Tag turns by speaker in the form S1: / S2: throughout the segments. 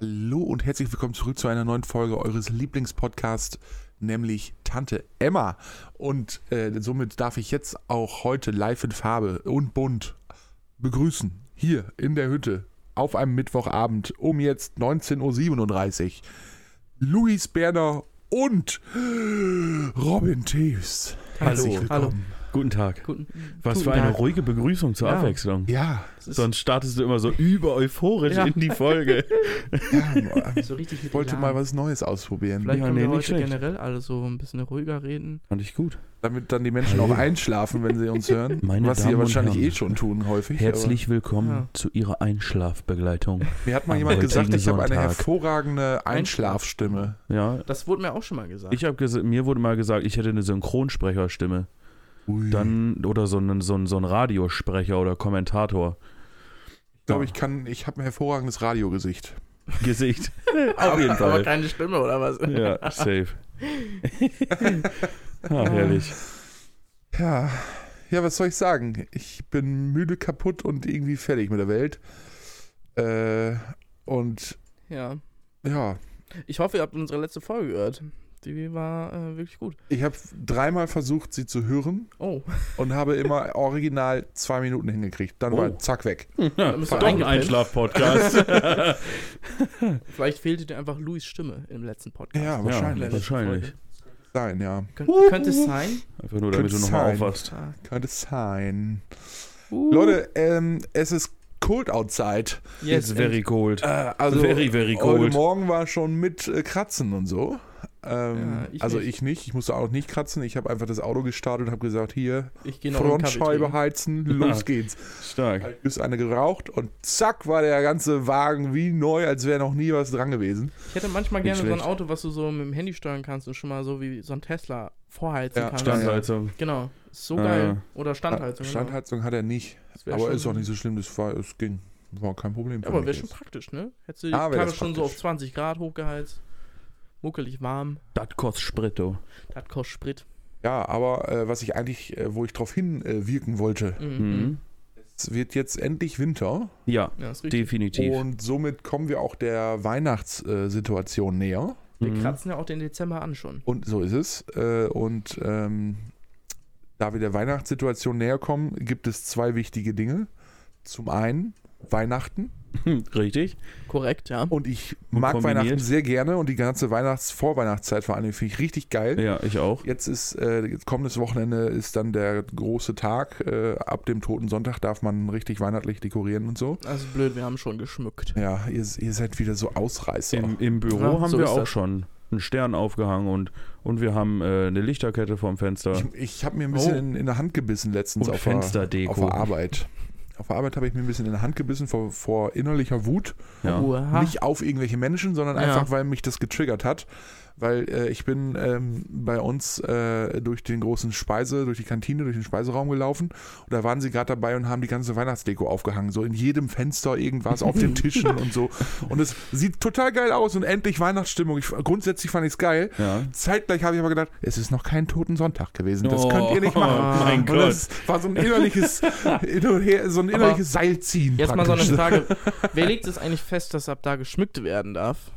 S1: Hallo und herzlich willkommen zurück zu einer neuen Folge eures Lieblingspodcasts, nämlich Tante Emma. Und äh, somit darf ich jetzt auch heute live in Farbe und bunt begrüßen, hier in der Hütte, auf einem Mittwochabend um jetzt 19.37 Uhr, Luis Berner und Robin Theves. Herzlich willkommen.
S2: hallo.
S3: Guten Tag.
S2: Guten,
S3: Was
S2: guten
S3: für eine
S2: Tag.
S3: ruhige Begrüßung zur
S2: Ja.
S3: Abwechslung.
S1: Ja,
S2: Das ist
S3: Sonst startest du immer so über euphorisch
S2: Ja.
S3: in die Folge.
S1: ja
S2: so richtig mit
S1: ich wollte
S2: Elan.
S1: mal was Neues ausprobieren,
S2: Vielleicht
S3: Ja,
S2: können
S3: nee,
S2: wir
S3: nicht
S2: heute
S3: schlecht.
S2: generell alle so ein bisschen ruhiger reden.
S3: Fand ich gut.
S1: damit dann die Menschen auch einschlafen, wenn sie uns hören,
S3: Meine
S1: was sie
S3: Damen
S1: ja
S3: und
S1: wahrscheinlich
S3: Herren,
S1: eh schon tun häufig. aber-
S3: Herzlich willkommen
S2: Ja.
S3: zu Ihrer Einschlafbegleitung.
S1: Mir hat mal
S3: Am
S1: jemand gesagt,
S3: heutigen
S1: ich habe eine
S3: Sonntag.
S1: hervorragende Einschlafstimme.
S3: Ja,
S2: Das wurde mir auch schon mal gesagt.
S3: ich hab ges- mir wurde mal gesagt, ich hätte eine Synchronsprecherstimme.
S2: Mhm.
S3: Dann oder so einen, so einen, so einen Radiosprecher oder Kommentator
S1: ich glaube, ich kann, ich habe ein hervorragendes Radiogesicht.
S3: Gesicht.
S2: aber,
S3: Auf jeden
S2: aber
S3: Fall.
S2: keine Stimme oder was?
S3: Ja, safe. ah, herrlich.
S1: Ja. ja, was soll ich sagen? Ich bin müde, kaputt und irgendwie fertig mit der Welt. Äh, und
S2: Ja.
S1: ja,
S2: Ich hoffe, ihr habt unsere letzte Folge gehört. Die war äh, wirklich gut.
S1: ich habe dreimal versucht, sie zu hören
S2: Oh,
S1: und habe immer original zwei Minuten hingekriegt. Dann
S2: Oh.
S1: war zack weg.
S3: Ja,
S2: bist du
S3: doch ein
S2: eingepennt.
S3: Einschlaf-Podcast.
S2: vielleicht fehlte dir einfach Louis Stimme im letzten Podcast.
S1: Ja,
S3: Ja,
S1: wahrscheinlich.
S3: wahrscheinlich.
S1: Sein, ja.
S2: Kön könnte es sein?
S3: Einfach nur, damit
S1: Könnte
S3: du nochmal
S1: sein.
S3: aufwachst.
S2: Ah,
S1: Könnte sein.
S2: uh,
S1: Leute, ähm, es ist cold outside.
S2: yes,
S3: It's very cold.
S1: Äh, also
S3: Very, very
S1: Heute
S3: cold.
S1: Morgen war schon mit äh, Kratzen und so. Ähm,
S2: Ja, ich
S1: also
S2: nicht.
S1: ich nicht, ich musste auch nicht kratzen. Ich habe einfach das Auto gestartet und habe gesagt, hier,
S2: ich gehe noch einen Genau, Kaffee
S1: Frontscheibe
S2: trinken.
S1: heizen, los geht's.
S3: Stark.
S1: Ist eine geraucht und zack war der ganze Wagen wie neu, als wäre noch nie was dran gewesen.
S2: Ich hätte manchmal
S3: Nicht
S2: gerne so ein
S3: schlecht.
S2: Auto, was du so mit dem Handy steuern kannst und schon mal so wie so ein Tesla vorheizen
S1: Ja,
S2: kannst.
S3: Standheizung.
S2: Genau. Ist so
S3: Ah,
S2: geil.
S3: ja.
S2: Oder
S3: äh,
S2: Standheizung. genau.
S1: Standheizung hat er nicht,
S2: Das wär
S1: aber
S2: schon-
S1: ist auch nicht so schlimm, das war, es ging. War kein Problem.
S2: Ja,
S1: für
S2: aber
S1: mich
S2: wäre schon
S1: jetzt.
S2: praktisch, ne? Hättest du die
S1: Ah, wär
S2: Karre
S1: das
S2: schon so auf
S1: praktisch.
S2: 20 Grad hochgeheizt. Muckelig warm.
S3: Das kostet Spritto.
S2: Das kostet Sprit.
S1: ja, aber äh, was ich eigentlich, äh, wo ich drauf hin äh, wirken wollte,
S2: Mhm.
S3: Mhm.
S1: es wird jetzt endlich Winter
S3: Ja,
S2: Ja, ist richtig.
S3: definitiv.
S1: und somit kommen wir auch der Weihnachtssituation näher.
S2: Wir
S3: Mhm.
S2: kratzen ja auch den Dezember an schon.
S1: Und so ist es. Äh, und ähm, da wir der Weihnachtssituation näher kommen, gibt es zwei wichtige Dinge. Zum einen Weihnachten.
S3: Hm, Richtig.
S2: Korrekt, ja.
S1: Und ich
S3: Und
S1: mag
S3: kombiniert.
S1: Weihnachten sehr gerne und die ganze Weihnachts-, Vorweihnachtszeit vor allem finde ich richtig geil.
S3: Ja, ich auch.
S1: Jetzt ist, äh, jetzt kommendes Wochenende ist dann der große Tag. Äh, ab dem Toten Sonntag darf man richtig weihnachtlich dekorieren und so.
S2: Also blöd, wir haben schon geschmückt.
S1: Ja, ihr, ihr seid wieder so Ausreißer.
S3: Im, im Büro
S2: Ja,
S3: haben
S2: so
S3: wir
S2: ist
S3: auch
S2: das.
S3: schon einen Stern aufgehangen und, und wir haben äh, eine Lichterkette vorm Fenster.
S1: Ich, ich habe mir ein bisschen
S2: Oh.
S1: in, in der Hand gebissen letztens
S3: Und
S1: auf der-
S3: Fensterdeko.
S1: auf der Arbeit. Auf der Arbeit habe ich mir ein bisschen in der Hand gebissen vor, vor innerlicher Wut.
S3: Ja.
S2: Oha.
S1: Nicht auf irgendwelche Menschen, sondern
S2: Ja.
S1: einfach, weil mich das getriggert hat. Weil äh, ich bin ähm, bei uns äh, durch den großen Speise, durch die Kantine, durch den Speiseraum gelaufen. Und da waren sie gerade dabei und haben die ganze Weihnachtsdeko aufgehangen. So in jedem Fenster irgendwas, auf den Tischen und so. Und es sieht total geil aus und endlich Weihnachtsstimmung. Ich, grundsätzlich fand ich es geil.
S3: Ja.
S1: Zeitgleich habe ich aber gedacht, es ist noch kein Toten Sonntag gewesen. Das
S3: Oh,
S1: könnt ihr nicht machen.
S3: mein
S1: und
S3: Gott.
S1: das war so ein innerliches, hin und her- so ein innerliches Seilziehen.
S2: Jetzt mal so eine
S1: praktisch.
S2: Frage. Wer legt es eigentlich fest, dass ab da geschmückt werden darf?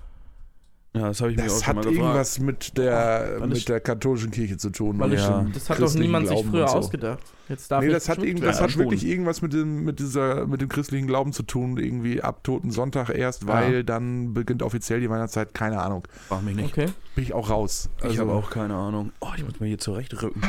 S3: ja, das habe ich mich auch
S1: Das
S3: schon
S1: hat
S3: mal gefragt.
S1: irgendwas mit der,
S2: Weil ich-
S1: mit der katholischen Kirche zu tun.
S2: Weil
S1: und
S3: ich-
S1: dem
S2: Das hat doch
S1: christlichen
S2: niemand sich
S1: Glauben
S2: früher
S1: und so.
S2: ausgedacht. Jetzt darf
S1: Nee,
S2: jetzt
S1: das hat,
S2: geschmückt
S1: irgend, das
S2: werden.
S1: hat wirklich irgendwas mit dem, mit, dieser, mit dem christlichen Glauben zu tun, irgendwie ab Toten Sonntag erst, weil dann beginnt offiziell die Weihnachtszeit, keine Ahnung.
S3: Frag mich nicht.
S2: Okay.
S1: Bin ich auch raus. Also,
S3: Ich habe auch keine Ahnung. Oh, ich muss mir hier zurechtrücken.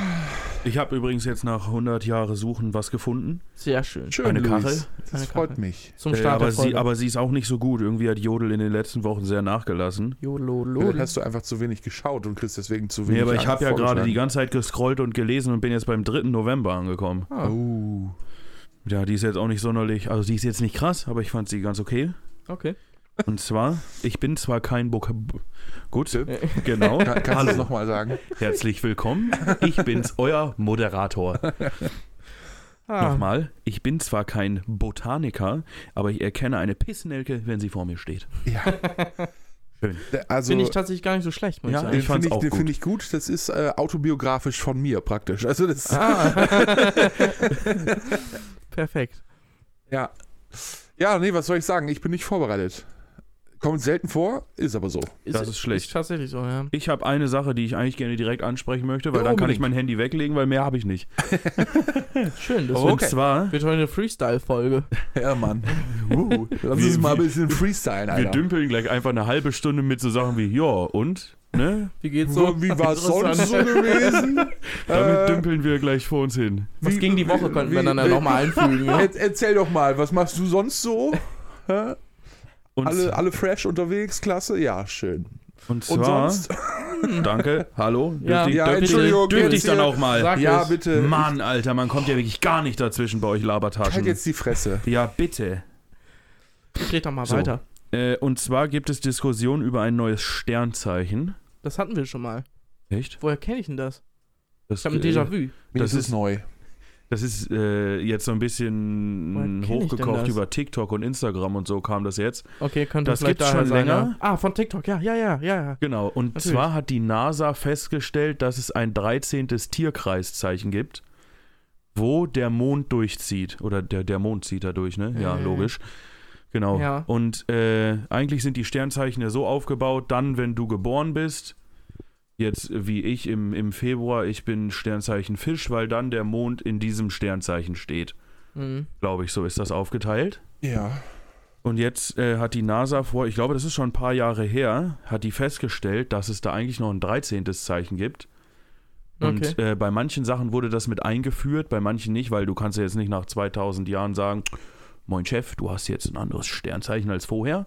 S3: Ich habe übrigens jetzt nach 100 Jahren Suchen was gefunden.
S2: Sehr schön.
S1: schön,
S3: eine
S1: Luis.
S3: Kachel.
S1: Das
S2: Eine
S1: freut
S2: Kachel.
S1: mich.
S2: Zum
S3: Äh,
S2: Start
S3: aber,
S2: der Folge.
S3: sie, aber sie ist auch nicht so gut. Irgendwie hat Jodel in den letzten Wochen sehr nachgelassen.
S1: Vielleicht
S2: Jodel.
S1: hast du einfach zu wenig geschaut und kriegst deswegen zu wenig.
S3: Nee, aber ich habe ja gerade die
S1: vorgeschlagen.
S3: ganze Zeit gescrollt und gelesen und bin jetzt beim 3. November angekommen.
S2: Ah,
S1: Oh.
S3: Ja, die ist jetzt auch nicht sonderlich, also die ist jetzt nicht krass, aber ich fand sie ganz okay.
S2: okay.
S3: Und zwar, ich bin zwar kein Vokab... Gut,
S1: Tipp.
S3: genau.
S1: Kann, kannst du es
S3: Hallo,
S1: nochmal sagen?
S3: herzlich willkommen. Ich bin's, euer Moderator.
S2: Ah,
S3: Nochmal, ich bin zwar kein Botaniker, aber ich erkenne eine Pissnelke, wenn sie vor mir steht.
S1: Ja.
S3: Schön.
S1: Also,
S2: Finde ich tatsächlich gar nicht so schlecht, muss
S3: Ja,
S2: ich sagen.
S1: den
S3: ich fand's
S1: finde ich,
S3: auch
S1: den
S3: gut.
S1: find ich gut. Das ist äh, autobiografisch von mir praktisch. Also, das
S3: Ah.
S2: Perfekt.
S1: Ja. Ja, nee, was soll ich sagen? Ich bin nicht vorbereitet. Kommt selten vor, ist aber so.
S3: Das ist schlecht.
S2: Ist tatsächlich so, ja.
S3: Ich habe eine Sache, die ich eigentlich gerne direkt ansprechen möchte, weil
S1: Ja,
S3: dann kann ich
S1: unbedingt.
S3: mein Handy weglegen, weil mehr habe ich nicht.
S2: Schön, das
S1: Oh.
S2: wird,
S1: Okay.
S3: Und zwar,
S2: wird heute eine Freestyle-Folge.
S1: Ja, Mann. Uh, lass
S3: Wir-
S1: uns mal ein bisschen freestylen,
S3: wir
S1: Alter.
S3: dümpeln gleich einfach eine halbe Stunde mit so Sachen wie, ja, und? Ne?
S2: Wie geht's so?
S1: So, wie war es sonst
S2: Interessant.
S1: so gewesen?
S3: Damit
S1: Äh,
S3: dümpeln wir gleich vor uns hin.
S2: Was
S1: wie-
S2: ging die Woche, könnten wir
S1: wie-
S2: dann ja nochmal einfügen. ja?
S1: Er- Erzähl doch mal, was machst du sonst so? Hä?
S3: Und,
S1: Alle, alle fresh unterwegs, klasse? Ja, schön.
S3: und zwar,
S1: Und sonst?
S3: danke, hallo,
S2: Ja,
S3: dürfte ich-
S1: ja,
S3: dürfte ich-
S1: Entschuldigung,
S3: dürfte ich
S1: jetzt
S3: dann
S1: hier- äh,
S3: auch mal.
S2: Sag
S1: Ja,
S2: es.
S1: bitte.
S3: Mann, Alter, man kommt ja wirklich gar nicht dazwischen bei euch
S1: Halt
S3: Labertaschen.
S1: jetzt die Fresse.
S3: Ja, bitte.
S2: Red doch mal
S3: So.
S2: weiter.
S3: Äh, und zwar gibt es Diskussionen über ein neues Sternzeichen.
S2: Das hatten wir schon mal.
S3: Echt?
S2: Woher kenne ich denn das?
S3: Das,
S2: Ich habe ein
S3: äh,
S2: Déjà-vu.
S1: Mir
S3: Das ist-
S1: neu.
S3: Das ist äh, jetzt so ein
S2: Woher
S3: bisschen
S2: kenn ich denn
S3: hochgekocht
S2: das?
S3: über TikTok und Instagram und so kam das jetzt.
S2: Okay, könnte
S3: Das
S2: vielleicht
S3: gibt's
S2: daher
S3: schon
S2: sein,
S3: länger?
S2: Ja. Ah, von TikTok, ja, ja, ja, ja, ja.
S3: Genau, und
S2: Natürlich.
S3: zwar hat die NASA festgestellt, dass es ein 13. Tierkreiszeichen gibt, wo der Mond durchzieht. Oder der, der Mond zieht da durch, ne? Ja,
S2: Mhm.
S3: logisch. Genau.
S2: Ja.
S3: Und äh, eigentlich sind die Sternzeichen ja so aufgebaut, dann, wenn du geboren bist, jetzt äh, wie ich im, im Februar, ich bin Sternzeichen Fisch, weil dann der Mond in diesem Sternzeichen steht.
S2: Mhm.
S3: Glaube ich, so ist das aufgeteilt.
S1: Ja.
S3: Und jetzt äh, hat die NASA vor, ich glaube, das ist schon ein paar Jahre her, hat die festgestellt, dass es da eigentlich noch ein 13. Zeichen gibt. Und
S2: Okay.
S3: äh, bei manchen Sachen wurde das mit eingeführt, bei manchen nicht, weil du kannst ja jetzt nicht nach 2000 Jahren sagen, moin Chef, du hast jetzt ein anderes Sternzeichen als vorher.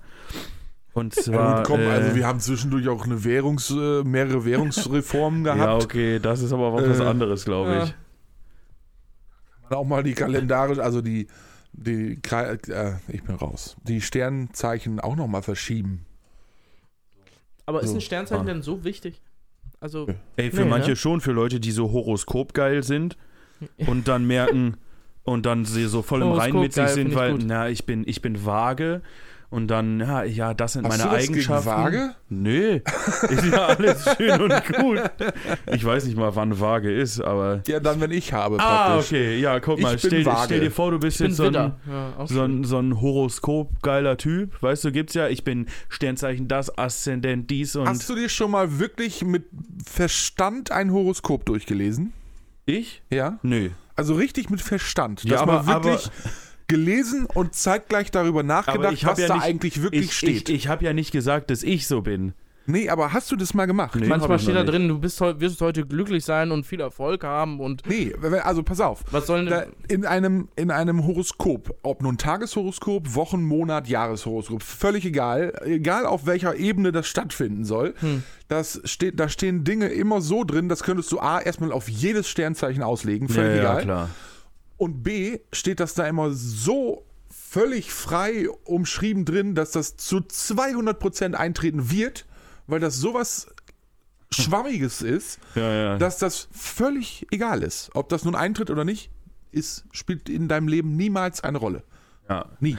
S3: Und zwar...
S1: Gut, komm,
S3: äh,
S1: also wir haben zwischendurch auch eine Währungs, äh, mehrere Währungsreformen gehabt.
S3: Ja, okay, das ist aber was
S1: Äh,
S3: anderes, glaube
S2: ja.
S3: ich.
S1: Auch mal die kalendarisch, also die, die Kre- äh, ich bin raus. Die Sternzeichen auch nochmal verschieben.
S2: Aber ist
S1: So.
S2: ein Sternzeichen
S3: Ah.
S2: denn so wichtig? Also,
S3: Ey, für
S2: Nee,
S3: manche
S2: ne?
S3: schon, für Leute, die so horoskopgeil sind und dann merken und dann sie so voll im Rein mit sich
S2: Horoskopgeil
S3: sind,
S2: find ich
S3: weil,
S2: gut.
S3: na, ich bin, ich bin vage und dann, ja, ja das sind
S1: Hast
S3: meine
S1: du was gegen
S3: Eigenschaften.
S1: Waage?
S3: Nö, ist ja alles schön und gut. Ich weiß nicht mal, wann vage ist, aber.
S1: Ja, dann, wenn ich habe
S3: Ah,
S1: praktisch.
S3: okay, ja, guck
S1: Ich
S3: mal,
S1: bin
S3: stell,
S1: vage.
S3: stell dir vor, du bist
S2: ich bin
S3: jetzt so ein,
S2: Widder. Ja, auch
S3: so
S2: gut.
S3: ein, so ein Horoskopgeiler Typ, weißt du, gibt's ja, ich bin Sternzeichen das, Aszendent dies und
S1: Hast du dir schon mal wirklich mit Verstand ein Horoskop durchgelesen?
S3: ich?
S1: Ja.
S3: Nö.
S1: Also richtig mit Verstand.
S3: Ja,
S1: Dass
S3: aber-
S1: man wirklich gelesen und zeitgleich darüber
S3: Aber ich
S1: nachgedacht,
S3: hab
S1: was
S3: ja
S1: da
S3: nicht-
S1: eigentlich wirklich
S3: ich,
S1: steht.
S3: Ich, ich habe ja nicht gesagt, dass ich so bin.
S1: nee, aber hast du das mal gemacht?
S3: Nee, hab
S2: Manchmal
S3: ich
S2: steht
S3: noch
S2: da
S3: nicht.
S2: drin, du bist heu wirst heute glücklich sein und viel Erfolg haben und
S1: Nee, also pass auf.
S2: was soll
S1: Da,
S2: denn.
S1: in, einem, in einem Horoskop, ob nun Tageshoroskop, Wochen, Monat, Jahreshoroskop, völlig egal, egal auf welcher Ebene das stattfinden soll,
S3: Hm.
S1: das steht, da stehen Dinge immer so drin, das könntest du A, erstmal auf jedes Sternzeichen auslegen, völlig
S3: ja,
S1: egal.
S3: klar.
S1: Und B, steht das da immer so völlig frei umschrieben drin, dass das zu 200% eintreten wird, weil das sowas Schwammiges ist,
S3: Ja, ja.
S1: dass das völlig egal ist. Ob das nun eintritt oder nicht, ist, spielt in deinem Leben niemals eine Rolle.
S3: ja.
S1: Nie.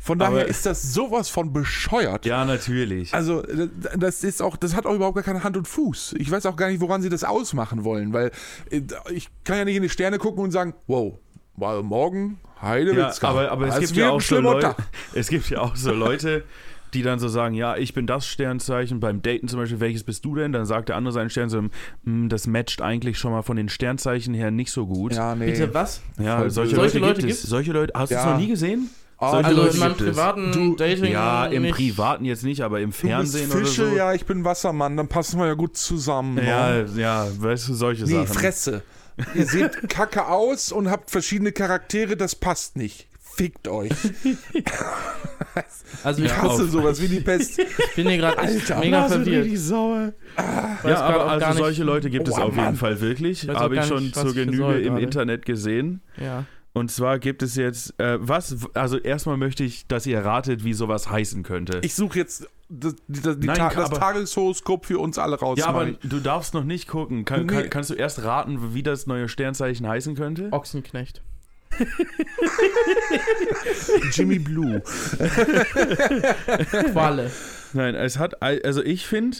S1: Von
S3: Aber-
S1: daher ist das sowas von bescheuert.
S3: ja, natürlich.
S1: Also, d- das ist auch, das hat auch überhaupt gar keine Hand und Fuß. Ich weiß auch gar nicht, woran sie das ausmachen wollen, weil äh, ich kann ja nicht in die Sterne gucken und sagen, wow, weil morgen
S3: ja,
S1: Heidewitzka.
S3: aber, aber es
S1: Das
S3: gibt
S1: wird
S3: ja
S1: ein
S3: auch so
S1: Also schlimmer
S3: Leute,
S1: Tag.
S3: es gibt ja auch so Leute, die dann so sagen, ja, ich bin das Sternzeichen, beim Daten zum Beispiel, welches bist du denn? Dann sagt der andere sein Sternzeichen, "Hm, das matcht eigentlich schon mal von den Sternzeichen her nicht so gut.
S1: Ja, nee.
S3: Äh.
S2: Bitte was?
S3: Ja,
S1: Voll
S3: solche,
S2: blöd.
S3: Leute,
S2: Solche Leute
S3: gibt es.
S2: gibt's?
S3: Solche Leute, hast du es
S1: Ja.
S3: noch nie gesehen?
S1: Ah,
S3: solche
S2: Also
S3: Leute
S2: in meinem
S3: gibt es.
S2: privaten
S1: Du-
S2: Dating.
S3: Ja, im
S2: nicht-
S3: Privaten jetzt nicht, aber im
S1: du bist
S3: Fernsehen
S1: Fische,
S3: oder so.
S1: ja, ich bin Wassermann, dann passen wir ja gut zusammen. ne?
S3: ja, ja, weißt du, solche
S1: Nee,
S3: Sachen.
S1: Fresse. Ihr seht kacke aus und habt verschiedene Charaktere, das passt nicht. Fickt euch.
S2: Also
S1: Ich
S2: ich,
S1: hasse
S3: auf.
S1: sowas wie die Pest.
S2: ich bin hier gerade echt
S1: Alter,
S2: mega
S3: Ah, sind
S2: verwirrt.
S3: richtig sauer.
S2: Ich weiß
S3: Ja,
S2: grad
S3: aber
S2: auch
S3: also
S2: gar nicht-
S3: solche Leute gibt es
S1: Oh,
S3: auf
S1: Mann.
S3: jeden Fall wirklich.
S2: Weiß auch
S3: Habe ich
S2: gar
S3: schon
S2: nicht, was
S3: zur
S2: ich für
S3: Genüge
S2: soll
S3: im
S2: gerade.
S3: Internet gesehen.
S2: Ja.
S3: Und zwar gibt es jetzt, äh, was, also erstmal möchte ich, dass ihr ratet, wie sowas heißen könnte.
S1: Ich suche jetzt das, die, die
S3: Nein,
S1: Ta das
S3: aber-
S1: Tageshoroskop für uns alle raus.
S3: ja, aber
S1: Mann.
S3: du darfst noch nicht gucken. Kann, kann,
S1: Nee.
S3: kannst du erst raten, wie das neue Sternzeichen heißen könnte?
S2: Oh. Ochsenknecht.
S1: Jimmy Blue.
S2: Qualle.
S3: Nein, es hat, also ich finde,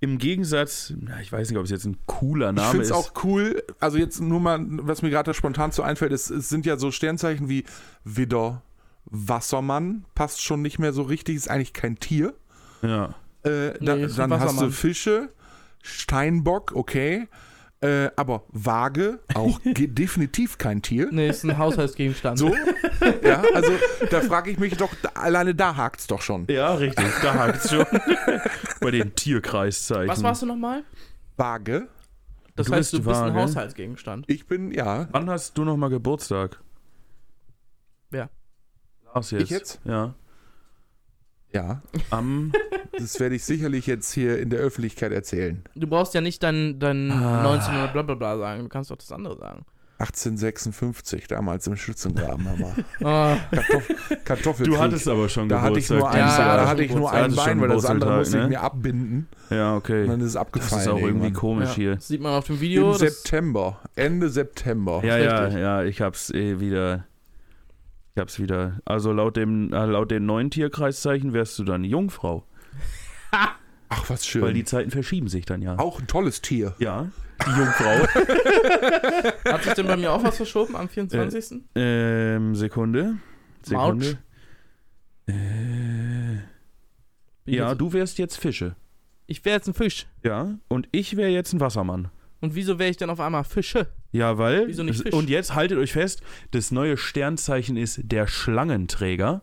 S3: im Gegensatz, na, ich weiß nicht, ob es jetzt ein cooler
S1: Ich
S3: Name
S1: finde es
S3: ist.
S1: auch cool. Also jetzt nur mal, was mir gerade spontan so einfällt, es, es sind ja so Sternzeichen wie Widder, Wassermann, passt schon nicht mehr so richtig, ist eigentlich kein Tier.
S3: Ja.
S1: Äh, da,
S2: Nee, ist ein
S1: dann hast du
S2: Wassermann.
S1: Fische, Steinbock, okay. Äh, aber Waage, auch ge- definitiv kein Tier.
S2: Nee, ist ein Haushaltsgegenstand.
S1: So? ja, also da frage ich mich doch, da, alleine da hakt's doch schon.
S3: Ja, richtig. Da hakt's schon. Bei den Tierkreiszeichen.
S2: Was warst du nochmal?
S1: Waage,
S2: Das
S3: Du
S2: heißt,
S3: bist
S2: du bist
S3: vage.
S2: ein Haushaltsgegenstand.
S1: ich bin, ja,
S3: Wann hast du nochmal Geburtstag?
S2: Wer?
S3: Lars jetzt.
S1: Ich jetzt?
S3: Ja.
S1: ja.
S3: Am.
S1: Das werde ich sicherlich jetzt hier in der Öffentlichkeit erzählen.
S2: Du brauchst ja nicht dein, dein
S3: Ah.
S2: 1900 bla bla bla sagen, du kannst doch das andere sagen.
S1: 1856, damals im Schützengraben haben wir.
S2: Ah,
S1: Kartoff Kartoffelkrieg.
S3: Du hattest aber schon
S1: da hatte ich
S3: Geburtstag.
S1: nur ein,
S2: Ja,
S3: dieses Jahr.
S1: da
S2: das
S1: hatte ich nur
S2: Geburtstag.
S1: ein
S3: Hattest
S1: Bein,
S3: schon
S1: weil das andere
S3: Geburtstag,
S1: musste ich
S3: ne?
S1: mir abbinden.
S3: Ja,
S1: Und
S3: okay.
S1: dann ist es
S3: Das
S1: abgefallen.
S3: ist auch irgendwie
S1: irgendwann.
S3: komisch hier.
S2: das sieht man auf dem Video.
S1: Im
S2: Das,
S1: September, Ende September.
S3: Ja, ja,
S2: richtig.
S3: ja, ich hab's eh wieder. Ich hab's wieder. Also laut dem, äh, laut dem neuen Tierkreiszeichen wärst du dann Jungfrau.
S1: Ach, was
S3: Weil
S1: schön.
S3: die Zeiten verschieben sich dann ja.
S1: auch ein tolles Tier.
S3: Ja, die Jungfrau.
S2: hat sich denn bei mir auch was verschoben am 24.?
S3: ähm, Sekunde. Sekunde. Äh,
S2: Bin
S3: ja,
S2: jetzt-
S3: du wärst jetzt Fische.
S2: Ich wäre jetzt ein Fisch.
S3: Ja. Und ich wäre jetzt ein Wassermann.
S2: Und wieso wäre ich dann auf einmal Fische?
S3: Ja, weil.
S2: Wieso nicht Fisch?
S3: Und jetzt haltet euch fest, das neue Sternzeichen ist der Schlangenträger.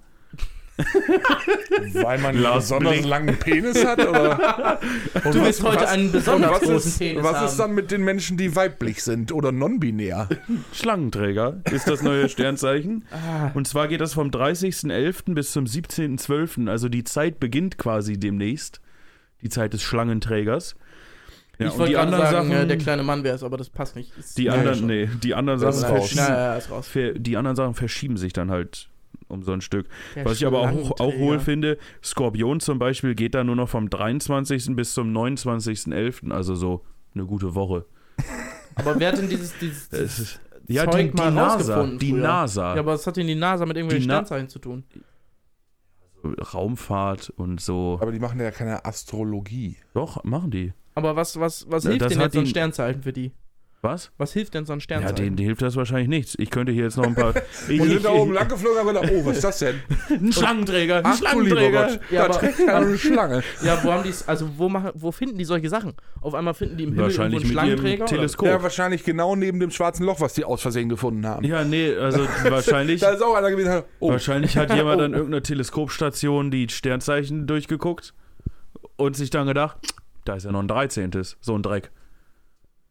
S1: Weil man
S3: Lars blinkt.
S1: langen Penis hat? Oder? Und
S2: Du wirst heute einen besonders
S1: und was
S2: großen
S1: ist,
S2: Penis
S1: Was
S2: haben.
S1: ist dann mit den Menschen, die weiblich sind oder non-binär?
S3: Schlangenträger ist das neue Sternzeichen.
S2: Ah,
S3: Und zwar geht das vom 30.11. bis zum 17.12. Also die Zeit beginnt quasi demnächst. Die Zeit des Schlangenträgers. Ja,
S2: ich
S3: und
S2: wollte
S3: die
S2: gerade
S3: anderen
S2: sagen, äh,
S3: Sachen.
S2: der kleine Mann wäre es, aber das passt nicht. Ist-
S3: die
S1: Ja,
S3: anderen,
S1: schon.
S3: nee, die anderen
S1: Das
S3: Sachen
S1: ist raus.
S2: Na,
S3: verschieben.
S2: ja, ist halt raus.
S3: ver- Die anderen Sachen verschieben sich dann halt um so ein Stück.
S2: Der
S3: Was ich aber auch, auch
S2: Schlangenträger.
S3: hohl finde, Skorpion zum Beispiel geht da nur noch vom 23. bis zum 29.11. Also so eine gute Woche.
S2: Aber wer hat denn dieses, dieses,
S3: Es ist-
S2: dieses
S3: Ja, die,
S2: Zeug
S3: die
S2: mal
S3: NASA.
S2: rausgefunden
S3: Die
S2: früher?
S3: NASA.
S2: Ja, aber was hat denn die NASA mit irgendwelchen
S3: Die Na-
S2: Sternzeichen zu tun?
S3: Raumfahrt und so.
S1: Aber die machen ja keine Astrologie.
S3: Doch, machen die.
S2: Aber was, was, was
S3: Ja,
S2: hilft
S3: das
S2: denn
S3: hat
S2: jetzt so ein
S3: die-
S2: Sternzeichen für die?
S3: Was?
S2: Was hilft denn so ein
S3: Ja,
S2: Sternzeichen?
S3: denen hilft das wahrscheinlich nichts. Ich könnte hier jetzt noch ein paar. Ich,
S1: Wir
S3: ich,
S1: sind da oben lang geflogen, haben gedacht, oh, was ist das denn?
S3: ein Schlangenträger, ein
S1: Ach du lieber
S3: Schlangenträger.
S1: Gott,
S2: Ja,
S1: da
S2: aber-
S1: trägt einer eine Schlange.
S2: Ja, wo haben die also wo machen, wo finden die solche Sachen? Auf einmal finden die im Himmel
S3: Wahrscheinlich
S2: irgendwo
S3: mit
S2: einen
S3: ihrem
S2: Schlangenträger. oder?
S3: Teleskop.
S1: Ja, wahrscheinlich genau neben dem schwarzen Loch, was die aus Versehen gefunden haben.
S3: Ja, nee, also wahrscheinlich,
S1: Da ist auch einer gewesen. der- Oh,
S3: wahrscheinlich hat jemand
S1: Oh.
S3: an irgendeiner Teleskopstation die Sternzeichen durchgeguckt und sich dann gedacht, da ist ja noch ein 13. So ein Dreck.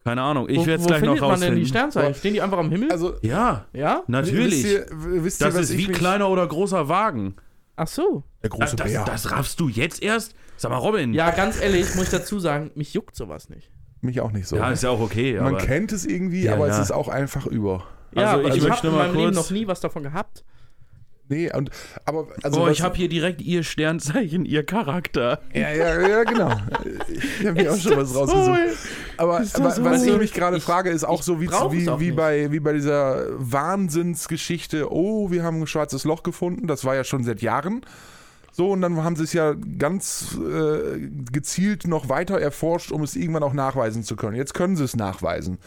S3: Keine Ahnung, ich
S2: Wo-
S3: werde es
S2: wo
S3: gleich noch
S2: findet man denn die
S3: rausfinden.
S2: Sternzeichen? Stehen die einfach am Himmel?
S1: also
S3: Ja,
S2: ja?
S3: natürlich.
S1: Wisst ihr, wisst ihr,
S3: das
S1: was
S3: ist
S1: ich
S3: wie
S1: mich-
S3: kleiner oder großer Wagen.
S2: Ach so.
S1: Der
S3: Das,
S1: große
S3: das,
S1: Bär.
S3: das raffst du jetzt erst? Sag mal, Robin.
S2: Ja, ganz ehrlich, muss ich dazu sagen, mich juckt sowas nicht.
S1: Mich auch nicht so.
S3: Ja, ist ja auch okay,
S1: Man
S3: aber.
S1: kennt es irgendwie,
S3: Ja,
S1: aber es
S3: ja.
S1: ist auch einfach über.
S2: Ja,
S3: Also,
S2: aber
S3: ich
S2: ich,
S3: möchte
S2: habe in
S3: mal
S2: meinem Leben
S3: kurz-
S2: noch nie was davon gehabt.
S1: Nee, und aber also
S3: oh,
S1: was-
S3: ich habe hier direkt ihr Sternzeichen, ihr Charakter.
S1: ja, ja, ja, genau. Ich habe mir auch schon was rausgesucht. Aber, aber
S2: so
S1: was ich
S2: hohl?
S1: mich gerade
S2: Ich-
S1: frage, ist auch
S2: ich
S1: so wie,
S2: brauch's
S1: wie,
S2: auch
S1: wie,
S2: nicht.
S1: bei, wie bei dieser Wahnsinnsgeschichte, oh, wir haben ein schwarzes Loch gefunden, das war ja schon seit Jahren. So, und dann haben sie es ja ganz äh, gezielt noch weiter erforscht, um es irgendwann auch nachweisen zu können. Jetzt können sie es nachweisen.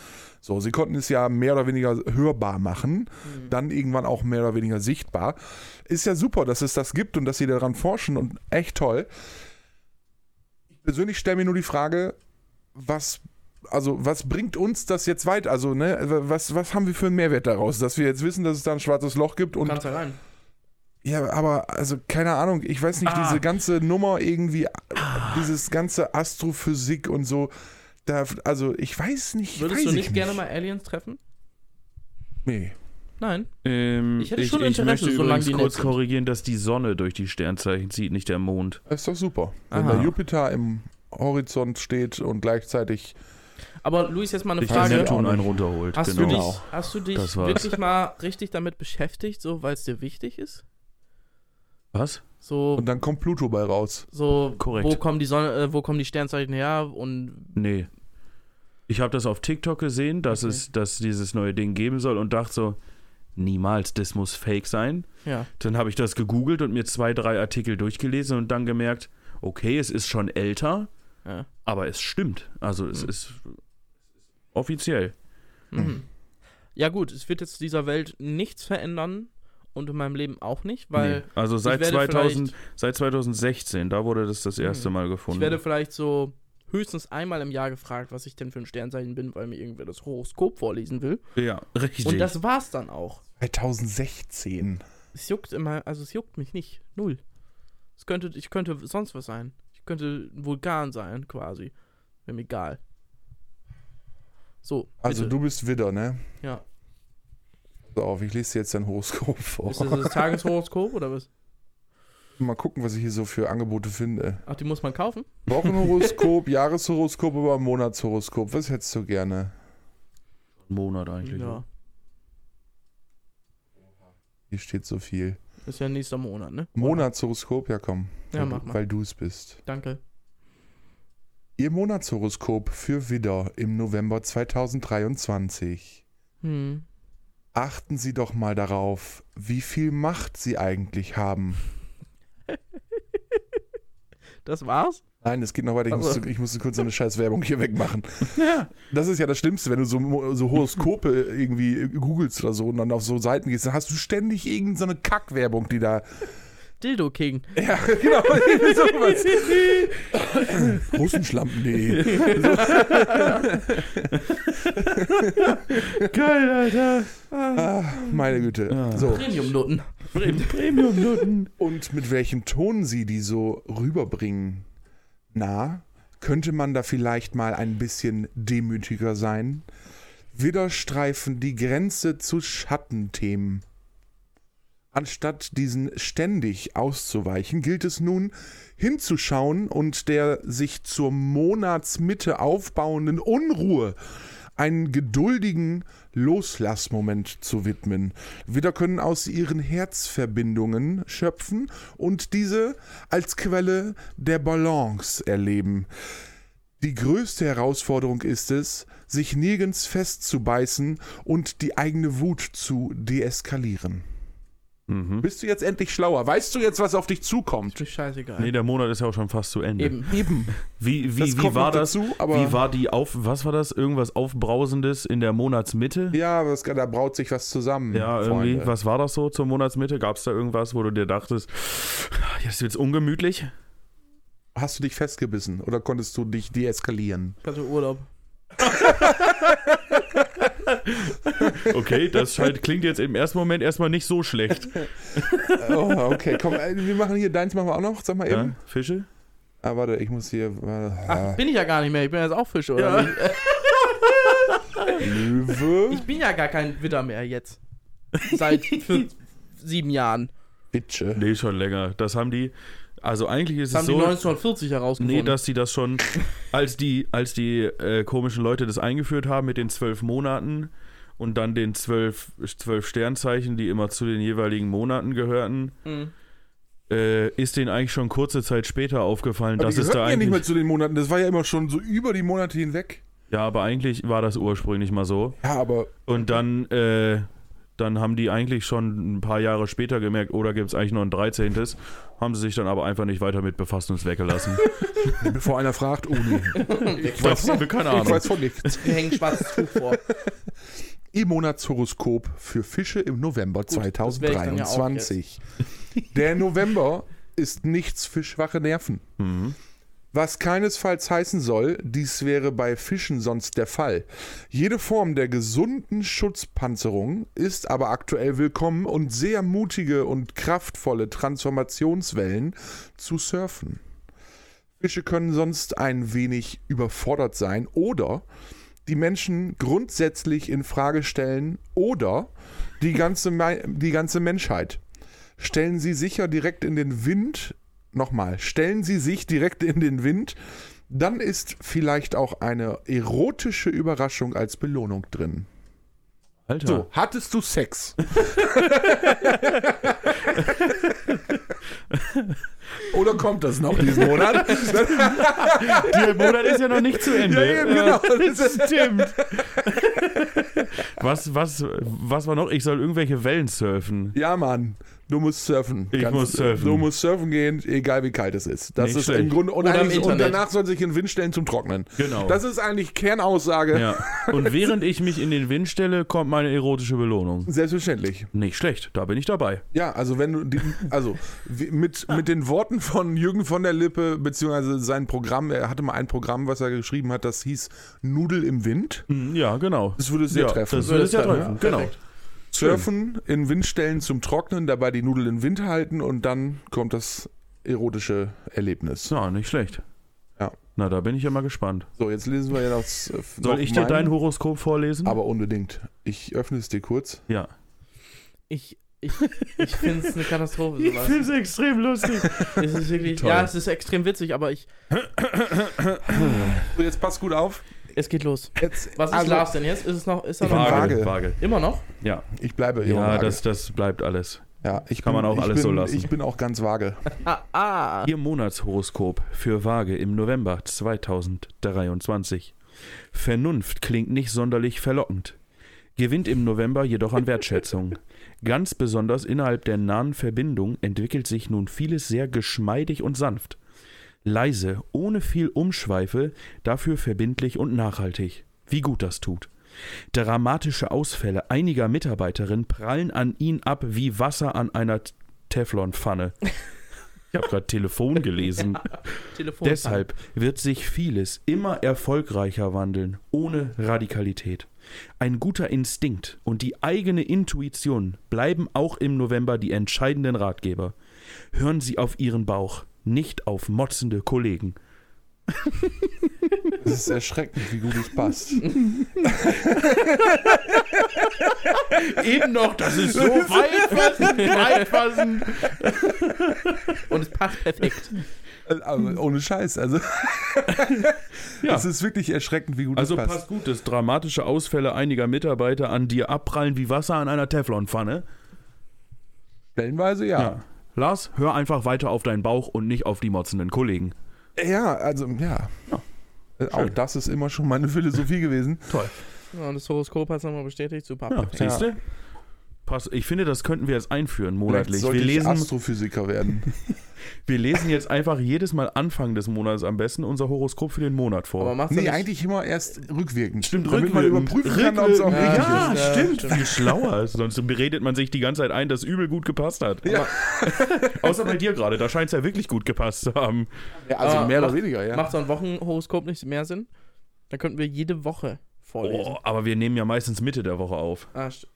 S1: So, sie konnten es ja mehr oder weniger hörbar machen,
S2: Mhm.
S1: dann irgendwann auch mehr oder weniger sichtbar. Ist ja super, dass es das gibt und dass sie daran forschen und echt toll. Ich persönlich stelle mir nur die Frage, was, also was bringt uns das jetzt weiter? Also, ne, was, was haben wir für einen Mehrwert daraus, dass wir jetzt wissen, dass es da ein schwarzes Loch gibt und
S2: Kannst da rein.
S1: ja, aber also keine Ahnung, ich weiß nicht,
S3: Ah.
S1: diese ganze Nummer irgendwie, dieses ganze Astrophysik und so, da, also ich weiß nicht.
S2: Würdest
S1: weiß
S2: du
S1: ich
S2: nicht gerne mal Aliens treffen?
S1: Nee.
S2: Nein.
S3: Ähm,
S2: Ich hätte schon Interesse,
S3: möchte
S2: solange
S3: übrigens
S2: die nett
S3: kurz
S2: sind.
S3: korrigieren, dass die Sonne durch die Sternzeichen zieht, nicht der Mond.
S1: Das ist doch super. Wenn
S2: Aha.
S1: der Jupiter im Horizont steht und gleichzeitig.
S2: Aber Luis, jetzt mal eine
S3: Sich der
S2: Frage.
S1: nett.
S3: Neptun einen runterholt.
S2: Hast,
S3: genau.
S2: du
S1: Genau.
S2: dich, hast du dich
S3: Das war's.
S2: wirklich mal richtig damit beschäftigt, so weil es dir wichtig ist?
S3: Was?
S2: So,
S1: Und dann kommt Pluto bei raus.
S2: so
S3: Korrekt.
S2: wo kommen die Sonne, äh, wo kommen die Sternzeichen her und
S3: Nee. Ich habe das auf TikTok gesehen, dass
S2: Okay.
S3: es dass dieses neue Ding geben soll und dachte so, niemals, das muss fake sein.
S2: ja.
S3: Dann habe ich das gegoogelt und mir zwei, drei Artikel durchgelesen und dann gemerkt, okay, es ist schon älter,
S2: ja.
S3: aber es stimmt. Also es
S2: Mhm.
S3: ist offiziell. Mhm.
S2: Mhm. Ja gut, es wird jetzt dieser Welt nichts verändern und in meinem Leben auch nicht, weil
S3: Nee. Also seit,
S2: werde
S3: 2000, seit 2016, da wurde das das erste
S2: Hm.
S3: Mal
S2: ich
S3: gefunden.
S2: werde vielleicht so höchstens einmal im Jahr gefragt, was ich denn für ein Sternzeichen bin, weil mir irgendwer das Horoskop vorlesen will.
S3: ja, richtig.
S2: Und das war's dann auch.
S1: 2016.
S2: Es juckt immer, also es juckt mich nicht. Null. Es könnte, ich könnte sonst was sein. Ich könnte ein Vulkan sein, quasi. Wäre mir egal. So.
S1: Also
S2: bitte.
S1: du bist Widder, ne?
S2: Ja.
S1: Pass auf, ich lese dir jetzt dein Horoskop vor.
S2: Ist das das Tageshoroskop oder was?
S1: Mal gucken, was ich hier so für Angebote finde.
S2: Ach, die muss man kaufen?
S1: Wochenhoroskop, Jahreshoroskop oder Monatshoroskop. Was hättest du gerne?
S3: Monat eigentlich.
S2: Ja.
S1: Hier steht so viel.
S2: Ist ja nächster Monat, ne?
S1: Monatshoroskop, ja komm.
S2: Ja,
S1: weil
S2: mach
S1: du-
S2: mal.
S1: Weil du es bist.
S2: Danke.
S1: Ihr Monatshoroskop für Widder im November 2023.
S2: Hm.
S1: Achten Sie doch mal darauf, wie viel Macht Sie eigentlich haben.
S2: Das war's?
S1: Nein, es geht noch weiter. Ich,
S2: Also.
S1: musste, ich musste kurz so eine scheiß Werbung hier wegmachen. Das ist ja das Schlimmste, wenn du so, Mo- so Horoskope irgendwie googelst oder so und dann auf so Seiten gehst, dann hast du ständig irgendeine so eine Kackwerbung, die da.
S2: Dildo King.
S1: Ja, genau. sowas. Russenschlampen.de.
S3: Geil, Alter.
S1: Ah, meine Güte.
S3: Ja.
S1: So.
S2: Premium-Noten.
S3: Premium-Noten.
S1: Und mit welchem Ton sie die so rüberbringen? Na, könnte man da vielleicht mal ein bisschen demütiger sein? Widderstreifen die Grenze zu Schattenthemen. Anstatt diesen ständig auszuweichen, gilt es nun hinzuschauen und der sich zur Monatsmitte aufbauenden Unruhe einen geduldigen Loslassmoment zu widmen. Widder können aus ihren Herzverbindungen schöpfen und diese als Quelle der Balance erleben. Die größte Herausforderung ist es, sich nirgends festzubeißen und die eigene Wut zu deeskalieren.
S3: Mhm.
S1: Bist du jetzt endlich schlauer? Weißt du jetzt, was auf dich zukommt?
S2: Ist mir scheißegal.
S3: Nee, der Monat ist ja auch schon fast zu Ende.
S2: Eben.
S1: Eben.
S3: Wie, wie, wie
S1: kommt
S3: war
S1: noch
S3: das?
S1: Dazu, aber
S3: Wie war die auf, was war das? Irgendwas Aufbrausendes in der Monatsmitte?
S1: ja, aber es- da braut sich was zusammen.
S3: Ja, irgendwie,
S1: Freunde.
S3: was war das so zur Monatsmitte? Gab es da irgendwas, wo du dir dachtest, jetzt wird's ungemütlich?
S1: Hast du dich festgebissen oder konntest du dich deeskalieren?
S2: Ich hatte Urlaub.
S3: Okay, das halt, klingt jetzt im ersten Moment erstmal nicht so schlecht.
S1: Oh, okay, komm, äh, wir machen hier deins machen wir auch noch, sag mal eben.
S3: Ja, Fische?
S1: Ah, warte, ich muss hier.
S2: Ach,
S1: Äh,
S2: bin ich ja gar nicht mehr. Ich bin jetzt auch Fisch, oder? wie?
S1: Löwe.
S2: Ich bin ja gar kein Widder mehr jetzt. Seit fünf, sieben Jahren.
S1: Bitche.
S3: Nee, schon länger. Das haben die. Also eigentlich ist
S2: Das
S3: es
S2: haben die
S3: so.
S2: 1940 herausgefunden.
S3: Nee, dass die das schon, als die, als die äh, komischen Leute das eingeführt haben mit den zwölf Monaten und dann den zwölf, zwölf Sternzeichen, die immer zu den jeweiligen Monaten gehörten,
S1: Hm.
S2: Mhm.
S3: äh, ist denen eigentlich schon kurze Zeit später aufgefallen,
S1: Aber
S3: dass
S1: die
S3: es da
S1: gehörten ja nicht
S3: eigentlich.
S1: mehr zu den Monaten, das war ja immer schon so über die Monate hinweg.
S3: ja, aber eigentlich war das ursprünglich mal so.
S1: Ja, aber
S3: Und dann, äh, dann haben die eigentlich schon ein paar Jahre später gemerkt, oder gibt es eigentlich noch ein 13. Haben sie sich dann aber einfach nicht weiter mit befasst und es weggelassen.
S1: bevor einer fragt, oh nee,
S3: ich weiß, keine
S1: ich
S3: Ahnung.
S1: weiß von nichts.
S2: Wir hängen ein schwarzes Tuch vor.
S1: Ihr Monatshoroskop für Fische im November
S2: das wär ich dann ja auch
S1: 2023. Der November ist nichts für schwache Nerven.
S3: Mhm.
S1: Was keinesfalls heißen soll, dies wäre bei Fischen sonst der Fall. Jede Form der gesunden Schutzpanzerung ist aber aktuell willkommen und sehr mutige und kraftvolle Transformationswellen zu surfen. Fische können sonst ein wenig überfordert sein oder die Menschen grundsätzlich in Frage stellen oder die ganze, Me- die ganze Menschheit. Stellen Sie sicher direkt in den Wind, nochmal, stellen Sie sich direkt in den Wind, dann ist vielleicht auch eine erotische Überraschung als Belohnung drin.
S3: Alter.
S1: So, hattest du Sex? Oder kommt das noch diesen Monat?
S3: Der Monat ist ja noch nicht zu Ende.
S1: Ja, eben, genau.
S3: das stimmt. Was, was, was war noch? Ich soll irgendwelche Wellen surfen.
S1: ja, Mann. Du musst surfen.
S3: Ich muss surfen.
S1: Du musst surfen gehen, egal wie kalt es ist. Das
S3: Nicht
S1: ist im
S3: schlecht.
S1: Grunde. Und,
S2: Oder im
S1: eigentlich, und
S2: Internet.
S1: danach soll sich in den Wind stellen zum Trocknen.
S3: Genau.
S1: Das ist eigentlich Kernaussage.
S3: ja. Und während ich mich in den Wind stelle, kommt meine erotische Belohnung.
S1: Selbstverständlich.
S3: Nicht schlecht, da bin ich dabei.
S1: Ja, also wenn du die, also wie- mit, mit den Worten von Jürgen von der Lippe, beziehungsweise sein Programm, er hatte mal ein Programm, was er geschrieben hat, das hieß Nudel im Wind.
S3: Hm, Ja, genau.
S1: Das würde Mhm. sehr
S3: ja,
S1: treffen.
S3: Das würde es ja
S2: Ja,
S3: treffen, genau.
S2: perfekt.
S1: Surfen, in Windstellen zum Trocknen, dabei die Nudel im Wind halten und dann kommt das erotische Erlebnis.
S3: Ja, nicht schlecht.
S1: Ja.
S3: Na, da bin ich ja mal gespannt.
S1: So, jetzt lesen wir ja noch. Soll
S3: Soll ich dir dein Horoskop vorlesen?
S1: Aber unbedingt. Ich öffne es dir kurz.
S3: ja.
S2: Ich, ich, ich finde es eine Katastrophe, sowas.
S3: es extrem lustig.
S2: Es ist wirklich,
S3: Toll.
S2: ja, es ist extrem witzig, aber ich,
S1: So, jetzt passt gut auf.
S2: es geht los.
S1: Jetzt,
S2: Was ist
S1: also,
S2: Lars denn jetzt? Ist es noch, ist er
S1: Ich bin
S2: noch
S1: vage.
S3: Waage. Waage.
S2: immer noch?
S3: Ja,
S1: Ich bleibe Jürgen
S3: ja
S1: Waage.
S3: das, das bleibt alles.
S1: ja, ich
S3: kann man auch
S1: ich
S3: alles
S1: bin,
S3: so lassen.
S1: Ich bin auch ganz vage.
S2: Ah, ah.
S3: Ihr Monatshoroskop für Waage im November 2023. Vernunft klingt nicht sonderlich verlockend, gewinnt im November jedoch an Wertschätzung. Ganz besonders innerhalb der nahen Verbindung entwickelt sich nun vieles sehr geschmeidig und sanft. Leise, ohne viel Umschweife, dafür verbindlich und nachhaltig. Wie gut das tut. Dramatische Ausfälle einiger Mitarbeiterinnen prallen an ihn ab wie Wasser an einer T- Teflonpfanne. Ich habe gerade Telefon gelesen.
S2: Telefon.
S3: Deshalb wird sich vieles immer erfolgreicher wandeln, ohne Radikalität. Ein guter Instinkt und die eigene Intuition bleiben auch im November die entscheidenden Ratgeber. Hören Sie auf Ihren Bauch, nicht auf motzende Kollegen.
S1: Es ist erschreckend, wie gut es passt.
S3: Eben noch, das ist so weitfassend, weitfassend.
S2: Und es passt perfekt.
S1: Aber ohne Scheiß. Also,
S3: Ja.
S1: es ist wirklich erschreckend, wie gut
S3: Also
S1: es passt.
S3: passt gut, dass dramatische Ausfälle einiger Mitarbeiter an dir abprallen wie Wasser an einer Teflonpfanne.
S1: Stellenweise ja.
S3: Ja. Lars, hör einfach weiter auf deinen Bauch und nicht auf die motzenden Kollegen.
S1: ja. also ja.
S3: Ja.
S1: Äh, Auch
S3: Schön.
S1: das ist immer schon meine Philosophie gewesen.
S3: Toll.
S2: Ja, Und das Horoskop hat es nochmal bestätigt. Super.
S3: Ja,
S2: perfekt.
S3: siehst du? Pass, ich finde, das könnten wir jetzt einführen
S1: Vielleicht
S3: monatlich.
S1: sollte
S3: Wir
S1: ich
S3: lesen,
S1: Astrophysiker werden.
S3: wir lesen jetzt einfach jedes Mal Anfang des Monats am besten unser Horoskop für den Monat
S2: Aber
S3: vor.
S2: machst du
S1: Nee,
S2: nicht-
S1: eigentlich immer erst rückwirkend.
S3: Stimmt,
S1: Damit man
S3: rückwirkend.
S1: überprüfen kann, ob es auch
S2: Rückwirkend.
S1: richtig ist.
S3: Ja,
S2: richtig ist. Ja,
S3: stimmt.
S2: stimmt.
S3: Viel schlauer. Sonst redet man sich die ganze Zeit ein, dass übel gut gepasst hat.
S1: Ja.
S3: Außer bei dir gerade. Da scheint es ja wirklich gut gepasst zu haben.
S1: Ja, also
S3: Ah,
S2: Aber
S1: mehr oder
S2: macht-
S1: weniger, ja.
S2: Macht so ein Wochenhoroskop nicht mehr Sinn? Dann könnten wir jede Woche vorlesen.
S3: Oh, aber wir nehmen ja meistens Mitte der Woche auf.
S2: Ah, st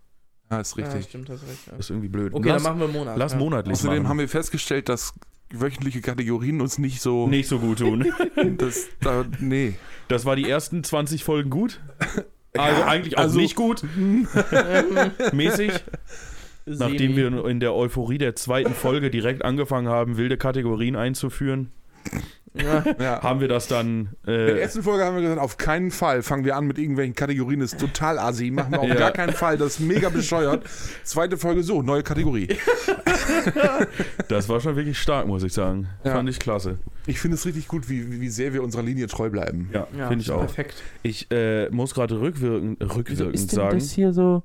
S1: ja, ist
S2: ah,
S1: richtig.
S2: stimmt, hast recht. Ja.
S3: Das ist irgendwie blöd.
S2: Okay,
S3: lass
S2: dann machen wir einen Monat.
S3: lass
S2: ja.
S3: monatlich
S1: Außerdem haben
S3: machen.
S1: wir festgestellt, dass wöchentliche Kategorien uns nicht so.
S3: Nicht so gut tun.
S1: Das, da, nee.
S3: Das war die ersten 20 Folgen gut. Also eigentlich auch
S1: also-
S3: nicht gut. Mäßig.
S2: Semi.
S3: Nachdem wir in der Euphorie der zweiten Folge direkt angefangen haben, wilde Kategorien einzuführen,
S2: Ja,
S1: Ja.
S3: haben wir das dann.
S1: In der
S3: Äh,
S1: ersten Folge haben wir gesagt, auf keinen Fall fangen wir an mit irgendwelchen Kategorien, das ist total assi, machen wir auf
S3: Ja.
S1: gar keinen Fall, das ist mega bescheuert. Zweite Folge so, neue Kategorie.
S3: das war schon wirklich stark, muss ich sagen.
S1: Ja.
S3: Fand ich klasse.
S1: Ich finde es richtig gut, wie, wie sehr wir unserer Linie treu bleiben.
S3: Ja,
S2: ja,
S3: finde ich auch.
S2: Perfekt.
S3: Ich äh, muss gerade rückwirkend, rückwirkend sagen. Ist
S2: hier so?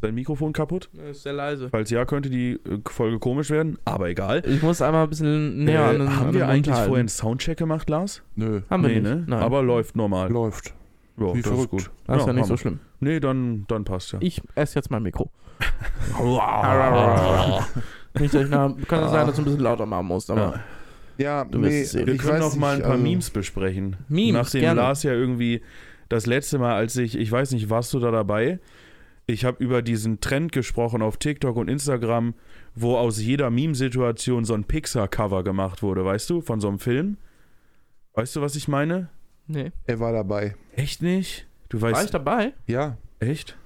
S3: dein Mikrofon kaputt?
S2: Ist sehr leise.
S3: Falls ja, könnte die äh, Folge komisch werden, aber egal.
S2: Ich muss einmal ein bisschen näher an
S3: äh,
S2: den an
S3: haben
S2: den
S3: wir
S2: Mund
S3: eigentlich
S2: halten.
S3: vorher einen Soundcheck gemacht, Lars?
S1: Nö,
S2: Haben wir
S3: nee,
S2: nicht.
S3: ne?
S2: Nein.
S3: Aber läuft normal.
S1: läuft.
S3: Ja,
S1: Wie
S3: das
S1: verrückt.
S3: ist gut.
S2: das ist ja nicht
S3: haben
S2: so
S3: wir.
S2: schlimm.
S3: Nee, dann, dann passt ja.
S2: Ich esse jetzt mein Mikro.
S3: Ja.
S2: Nicht, dass ich nachher, kann
S3: Ah.
S2: das sein, dass du ein bisschen lauter machen musst, aber
S1: Ja,
S2: Du wirst
S1: nee,
S2: es sehen.
S3: Wir
S1: ich
S3: können
S1: weiß
S3: noch mal ein
S1: nicht,
S3: paar
S1: also-
S3: Memes besprechen.
S2: Memes,
S3: Nachdem
S2: gerne.
S3: Lars ja irgendwie das letzte Mal, als ich, ich weiß nicht, warst du da dabei? Ich habe über diesen Trend gesprochen auf TikTok und Instagram, wo aus jeder Meme-Situation so ein Pixar-Cover gemacht wurde, weißt du, von so einem Film. Weißt du, was ich meine?
S2: nee.
S1: Er war dabei.
S3: Echt nicht? Du
S2: War ich
S3: weißt
S2: dabei?
S1: Ja,
S3: echt?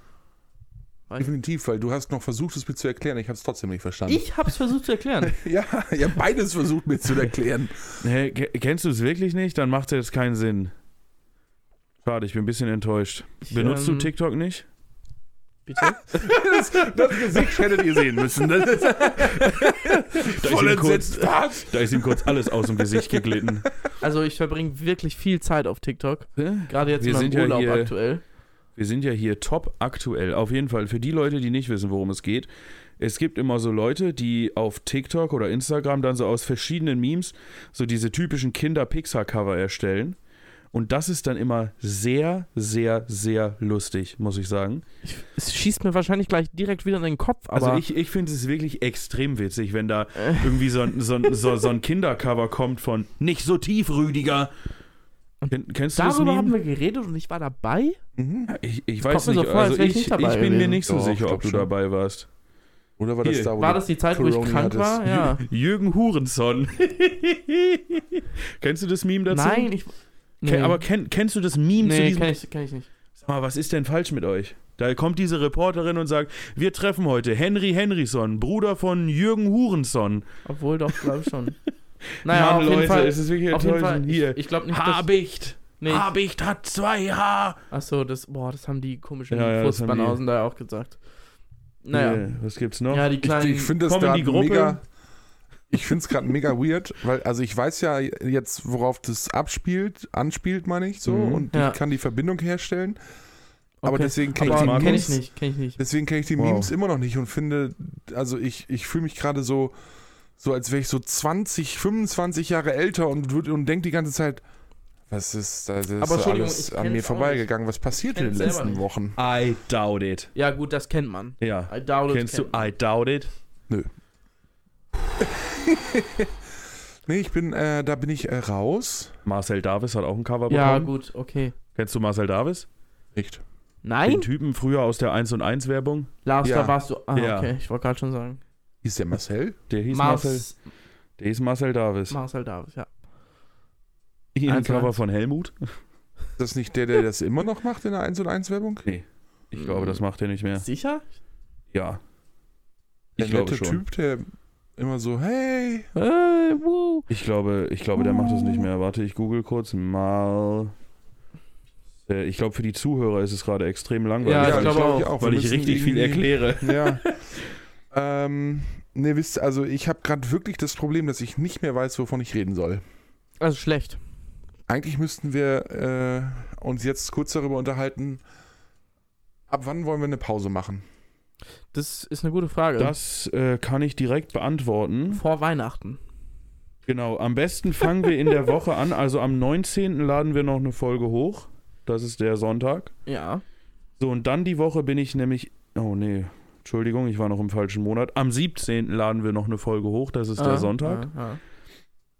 S1: definitiv, weil du hast noch versucht, es mir zu erklären, ich habe es trotzdem nicht verstanden.
S2: Ich hab's versucht zu erklären.
S1: Ja, ich habe beides versucht, mir zu erklären.
S3: Hä, ke- kennst du es wirklich nicht? Dann macht es jetzt keinen Sinn. Schade, ich bin ein bisschen enttäuscht.
S2: Ich,
S3: Benutzt
S2: ähm,
S3: du TikTok nicht?
S2: Bitte?
S1: Das, das Gesicht hättet ihr sehen müssen. Das ist
S3: Da
S1: voll
S3: ist, ihm kurz,
S1: entsetzt. Was?
S3: da ist ihm kurz alles aus dem Gesicht geglitten.
S2: Also ich verbringe wirklich viel Zeit auf TikTok. Gerade jetzt
S3: Wir
S2: in meinem
S3: sind ja
S2: Urlaub
S3: hier-
S2: aktuell.
S3: Wir sind ja hier top aktuell. Auf jeden Fall für die Leute, die nicht wissen, worum es geht. Es gibt immer so Leute, die auf TikTok oder Instagram dann so aus verschiedenen Memes so diese typischen Kinder-Pixar-Cover erstellen. Und das ist dann immer sehr, sehr, sehr lustig, muss ich sagen.
S2: Ich, es schießt mir wahrscheinlich gleich direkt wieder in den Kopf, aber
S3: Also ich, ich finde es wirklich extrem witzig, wenn da irgendwie so ein, so ein, so, so ein Kindercover kommt von Nicht so tief, Rüdiger. Ken, kennst du das
S2: darüber
S3: Meme?
S2: haben wir geredet und ich war dabei.
S1: Mhm.
S3: ich, ich
S2: Kommt
S3: weiß
S2: mir so
S3: nicht,
S2: vor, als
S3: also
S2: wär ich
S3: ich,
S2: nicht
S3: ich bin
S2: dabei
S3: mir
S2: gewesen.
S3: nicht so
S1: Doch, ich
S3: sicher,
S1: glaub
S3: ob du
S1: schon.
S3: dabei warst.
S1: Oder war das
S3: Hier.
S1: da, wo
S2: War
S1: du
S2: das die Zeit, wo ich
S1: Corona
S2: krank war?
S1: hattest?
S2: Ja.
S3: Jürgen Hurenson. kennst du das Meme dazu?
S2: Nein, ich.
S3: Ken, Aber kenn, kennst du das Meme zu
S2: nee,
S3: diesem
S2: kenn ich, kenn ich nicht.
S3: Sag mal, was ist denn falsch mit euch? Da kommt diese Reporterin und sagt, wir treffen heute Henry Henryson, Bruder von Jürgen Hurenson.
S2: Obwohl doch, glaube ich schon. Naja,
S3: Mann,
S2: auf jeden
S3: Leute,
S2: Fall.
S3: es ist wirklich
S2: auf jeden Fall.
S3: enttäuschend. Hier,
S2: Ich, ich glaube nicht, dass.
S3: Habicht.
S2: Nee, ich-
S3: Habicht hat zwei H.
S2: Achso, das, boah, das haben die komischen
S3: Ja, ja,
S2: ja,
S3: das haben die.
S2: Fußballhausen da ja auch gesagt. Naja.
S3: Nee, was gibt's noch?
S2: Ja, die
S1: Ich,
S2: kleinen.
S1: ich finde das
S3: Komm in
S1: gerade
S3: die Gruppe.
S1: mega. Ich finde es gerade mega weird, weil, also ich weiß ja jetzt, worauf das abspielt, anspielt, meine ich so,
S3: Mhm.
S1: und
S2: Ja.
S1: ich kann die Verbindung herstellen. Aber
S2: Okay.
S1: deswegen kenne ich,
S2: aber
S1: die
S2: kenn
S1: Memes-
S2: ich nicht, kenn ich nicht.
S1: deswegen kenn ich die
S3: Wow.
S1: Memes immer noch nicht und finde, also ich, ich fühle mich gerade so, so als wäre ich so 20, 25 Jahre älter und, würd- und denke die ganze Zeit, was ist, das ist
S2: Aber Entschuldigung,
S1: alles
S2: ich
S1: an
S2: kenn's
S1: mir
S2: auch
S1: vorbeigegangen, was passiert in den
S2: kenn's selber
S1: letzten
S2: nicht.
S1: Wochen?
S3: I doubt it.
S2: Ja, gut, das kennt man.
S3: Ja.
S2: I doubt it
S3: Kennst du
S2: kennt man.
S3: I doubt it?
S1: Nee, ich bin, äh, da bin ich äh, raus.
S3: Marcel Davis hat auch ein Cover
S2: Ja,
S3: bekommen.
S2: gut, okay.
S3: Kennst du Marcel Davis?
S1: Nicht.
S3: Den
S2: Nein?
S3: Typen früher aus der 1 und 1 Werbung.
S2: Lars,
S1: Ja.
S2: da warst du. Ah,
S3: Ja.
S2: okay, ich wollte gerade schon sagen.
S1: Hieß der Marcel?
S3: Der hieß Marcel,
S2: Mars,
S3: der hieß Marcel Davis.
S2: Marcel Davis, ja.
S3: Hier ein
S2: 1 und
S3: Cover
S2: 1.
S3: von Helmut.
S1: Ist das nicht der, der das immer noch macht in der 1 und 1 Werbung?
S3: Ich glaube,
S1: Mhm.
S3: das macht er nicht mehr.
S2: Sicher?
S3: Ja.
S1: Der
S3: Ich glaube
S1: nette
S3: schon.
S1: Typ, der immer so, hey,
S2: Äh, woo.
S3: Ich glaube, ich glaube, der macht das nicht mehr. Warte, ich google kurz mal. Äh, Ich glaube, für die Zuhörer ist es gerade extrem langweilig,
S2: Ja, ich
S3: weil,
S2: glaube auch.
S1: auch. Wir
S3: weil ich
S1: müssen
S3: richtig viel
S1: irgendwie-
S3: erkläre.
S1: Ja. ähm, ne, wisst ihr, also ich habe gerade wirklich das Problem, dass ich nicht mehr weiß, wovon ich reden soll.
S2: Also schlecht.
S1: Eigentlich müssten wir äh, uns jetzt kurz darüber unterhalten, ab wann wollen wir eine Pause machen?
S2: Das ist eine gute Frage.
S3: Das äh, kann ich direkt beantworten.
S2: Vor Weihnachten.
S3: Genau, am besten fangen wir in der Woche an. Also am 19. laden wir noch eine Folge hoch. Das ist der Sonntag.
S2: Ja.
S3: So, und dann die Woche bin ich nämlich. Oh, nee. Entschuldigung, ich war noch im falschen Monat. Am 17. laden wir noch eine Folge hoch. Das ist
S2: Ah,
S3: der Sonntag.
S2: ah, ah.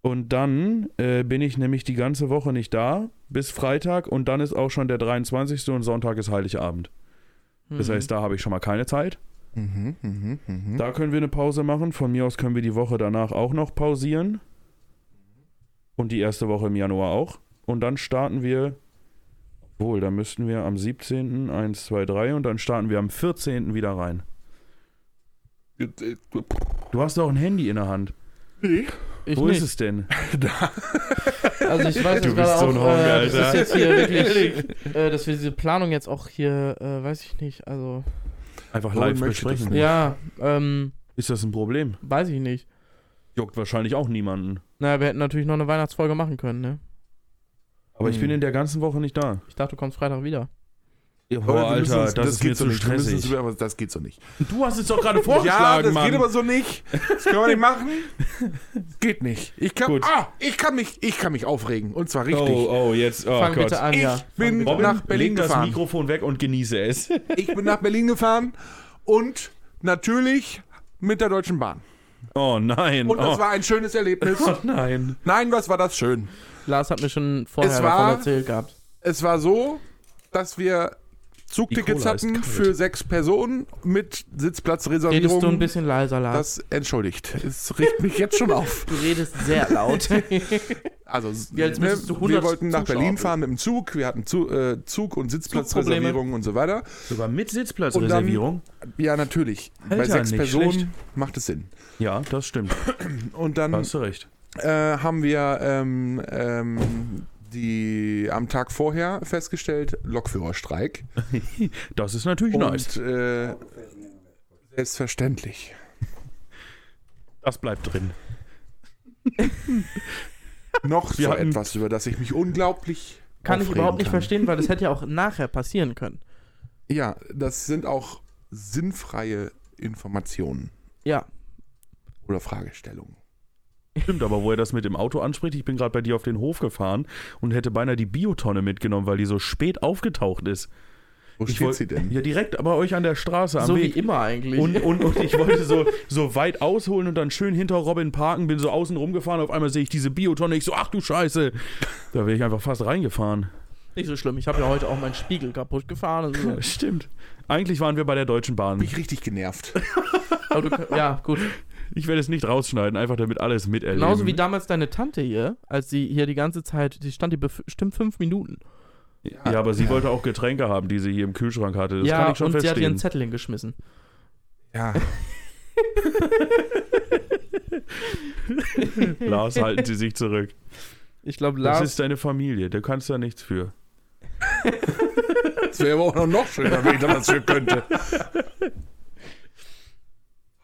S3: Und dann äh, bin ich nämlich die ganze Woche nicht da, bis Freitag und dann ist auch schon der 23. und Sonntag ist Heiligabend. Das
S2: Hm.
S3: heißt, da habe ich schon mal keine Zeit.
S1: Mhm, mhm, mhm.
S3: Da können wir eine Pause machen. Von mir aus können wir die Woche danach auch noch pausieren. Und die erste Woche im Januar auch. Und dann starten wir. Wohl, da müssten wir am 17. 1, 2, 3 und dann starten wir am 14. wieder rein.
S1: Äh,
S3: Du hast doch ein Handy in der Hand.
S2: ich
S3: Wo
S2: nicht.
S3: ist es denn?
S2: Also ich weiß
S3: Du bist
S2: jetzt gerade
S3: so ein
S2: auch,
S3: Honk,
S2: äh, das ist
S3: Alter.
S2: jetzt hier wirklich, äh, dass wir diese Planung jetzt auch hier, äh, weiß ich nicht, also,
S3: Einfach
S1: Warum
S3: live
S1: möchtest du das
S3: besprechen.
S1: nicht?
S2: ja, ähm,
S3: Ist das ein Problem?
S2: weiß ich nicht.
S3: Juckt wahrscheinlich auch niemanden.
S2: Naja, wir hätten natürlich noch eine Weihnachtsfolge machen können, ne?
S3: Aber ich
S1: Hm.
S3: bin in der ganzen Woche nicht da.
S2: Ich dachte, du kommst Freitag wieder.
S3: Ja,
S1: Leute, wir
S3: boah,
S1: müssen
S3: Alter,
S1: uns-
S3: das, ist mir
S1: geht so
S3: zu
S1: nicht. Wir müssen uns
S3: stressig.
S1: über- aber Das geht so nicht.
S3: Du hast es doch gerade
S1: ja, das geht aber so nicht. Das können wir nicht machen. Geht nicht. Ich kann,
S3: Gut.
S1: ah, ich kann mich, ich kann mich aufregen. Und zwar richtig.
S3: oh, oh, jetzt, oh
S2: Fang
S3: Gott.
S2: bitte an,
S1: Ich
S2: ja. Fang
S1: bin-
S2: bitte
S3: Robin,
S1: nach Berlin
S3: leg das
S1: gefahren.
S3: Mikrofon weg und genieße es.
S1: Ich bin nach Berlin gefahren und natürlich mit der Deutschen Bahn.
S3: Oh nein.
S1: Und das
S3: oh.
S1: war ein schönes Erlebnis.
S3: oh nein.
S1: Nein, was war das schön?
S2: Lars hat mir schon vorher
S1: Es war-
S2: davon erzählt gehabt.
S1: Es war so, dass wir Zugtickets
S3: Die Cola ist
S1: hatten
S3: kalt.
S1: für sechs Personen mit Sitzplatzreservierung.
S2: Redest du ein bisschen leiser, Lars?
S1: das entschuldigt. Es regt mich jetzt schon auf.
S2: du redest sehr laut.
S1: Also,
S2: Ja, jetzt
S1: wir,
S2: müsstest du 100
S1: wir wollten nach
S2: Zuschauer
S1: Berlin
S2: bringen.
S1: fahren mit dem Zug. Wir hatten Zu, äh, Zug und Sitzplatzreservierung und so weiter.
S3: Sogar mit Sitzplatzreservierung?
S1: Ja, natürlich. Bei
S3: Alter,
S1: sechs
S3: nicht
S1: Personen
S3: schlecht.
S1: macht es Sinn.
S3: Ja, das stimmt.
S1: Und dann
S3: Da hast du recht.
S1: äh, haben wir ähm, ähm, die am Tag vorher festgestellt, Lokführerstreik.
S3: Das ist natürlich nice.
S1: Und äh, selbstverständlich.
S3: Das bleibt drin.
S1: Noch
S3: Wir
S1: so
S3: hatten-
S1: etwas, über das ich mich unglaublich
S2: Kann ich
S1: aufregen
S2: überhaupt nicht
S1: kann.
S2: verstehen, weil das hätte ja auch nachher passieren können.
S1: Ja, das sind auch sinnfreie Informationen
S2: Ja,
S1: oder Fragestellungen.
S3: Stimmt, aber wo er das mit dem Auto anspricht, ich bin gerade bei dir auf den Hof gefahren und hätte beinahe die Biotonne mitgenommen, weil die so spät aufgetaucht ist.
S1: Wo
S3: Ich
S1: steht
S3: wollt-
S1: sie denn?
S3: Ja, direkt bei euch an der Straße, am
S2: so
S3: Weg.
S2: wie immer eigentlich.
S3: Und, und, und ich wollte so, so weit ausholen und dann schön hinter Robin parken, bin so außen rumgefahren. Auf einmal sehe ich diese Biotonne. Ich so, ach du Scheiße. Da wäre ich einfach fast reingefahren.
S2: Nicht so schlimm. Ich habe ja heute auch meinen Spiegel kaputt gefahren. Also,
S3: Stimmt. Eigentlich waren wir bei der Deutschen
S1: Bin
S3: Bahn.
S1: ich richtig genervt.
S2: aber du, ja, gut.
S3: Ich werde es nicht rausschneiden, einfach damit alles miterleben.
S2: Genauso wie damals deine Tante hier, als sie hier die ganze Zeit, die stand hier bef- bestimmt fünf Minuten.
S3: Ja, aber sie wollte auch Getränke haben, die sie hier im Kühlschrank hatte. Das
S2: ja,
S3: kann ich schon
S2: und sie hat ihren
S3: verstehen.
S2: Zettel hingeschmissen.
S1: Ja,
S3: Lars, halten Sie sich zurück.
S2: Ich glaube,
S3: Das
S2: Lars.
S3: ist deine Familie, da kannst du ja nichts für.
S1: das wäre aber auch noch schöner, wenn ich das schön könnte.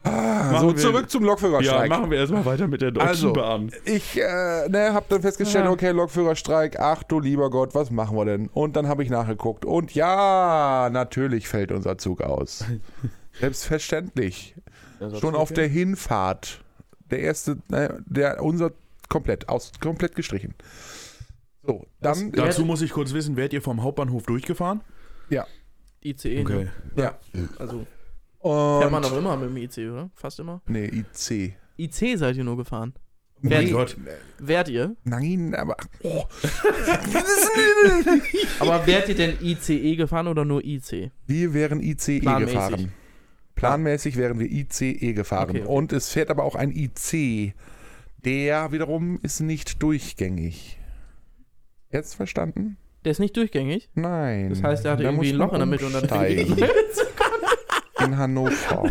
S1: Ah, so,
S3: Machen wir-
S1: zurück zum Lokführerstreik.
S3: Ja, machen wir erstmal weiter mit der Deutschen
S1: Also,
S3: Bahn.
S1: Ich äh, ne, habe dann festgestellt,
S2: Ja.
S1: okay, Lokführerstreik, ach du lieber Gott, was machen wir denn? Und dann habe ich nachgeguckt und ja, natürlich fällt unser Zug aus. Selbstverständlich. Schon auf der Hinfahrt. Der erste, ne, der unser komplett aus, komplett gestrichen. So, dann
S2: Das-
S3: Dazu muss ich kurz wissen, werdet ihr vom Hauptbahnhof durchgefahren?
S2: ICE, ne?
S1: ja.
S2: Also, fährt
S1: Und,
S2: man doch immer mit dem ICE, oder? Fast immer.
S1: nee, IC.
S2: IC seid ihr nur gefahren.
S1: Oh
S2: Mein
S3: Gott.
S2: Wärt ihr?
S1: Nein, aber oh,
S2: Aber wärt ihr denn ICE gefahren oder nur E? IC?
S1: wir wären ICE
S2: Planmäßig.
S1: gefahren. Planmäßig wären wir ICE gefahren.
S2: Okay, okay.
S1: Und es fährt aber auch ein IC. Der wiederum ist nicht durchgängig. Jetzt verstanden?
S2: Der ist nicht durchgängig.
S1: Nein.
S2: Das heißt, er hatte
S1: Da
S2: irgendwie
S1: muss
S2: ein Loch in
S1: man
S2: der Mitte und dann
S1: umsteigen. In Hannover.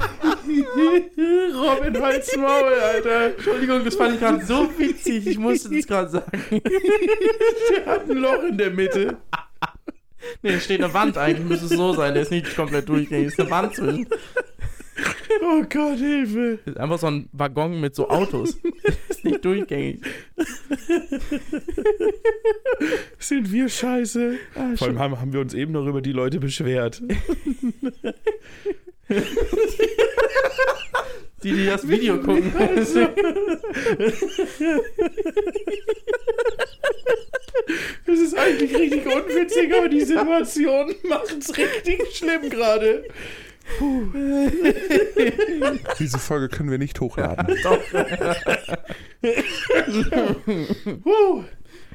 S2: Robin, halt's Maul, Alter. Entschuldigung, das fand ich gerade so witzig. Ich musste das gerade sagen. Der hat ein Loch in der Mitte. Nee, da steht eine Wand eigentlich, müsste es so sein. Der ist nicht komplett durchgängig, ist eine Wand zwischen.
S3: Oh Gott, Hilfe.
S2: Das ist einfach so ein Waggon mit so Autos. ist nicht durchgängig.
S3: Sind wir scheiße. Ah, Vor allem haben, haben wir uns eben noch über die Leute beschwert.
S2: Die, die das Video gucken.
S3: Das ist eigentlich richtig unwitzig, aber die Situation macht es richtig schlimm gerade.
S1: Diese Folge können wir nicht hochladen.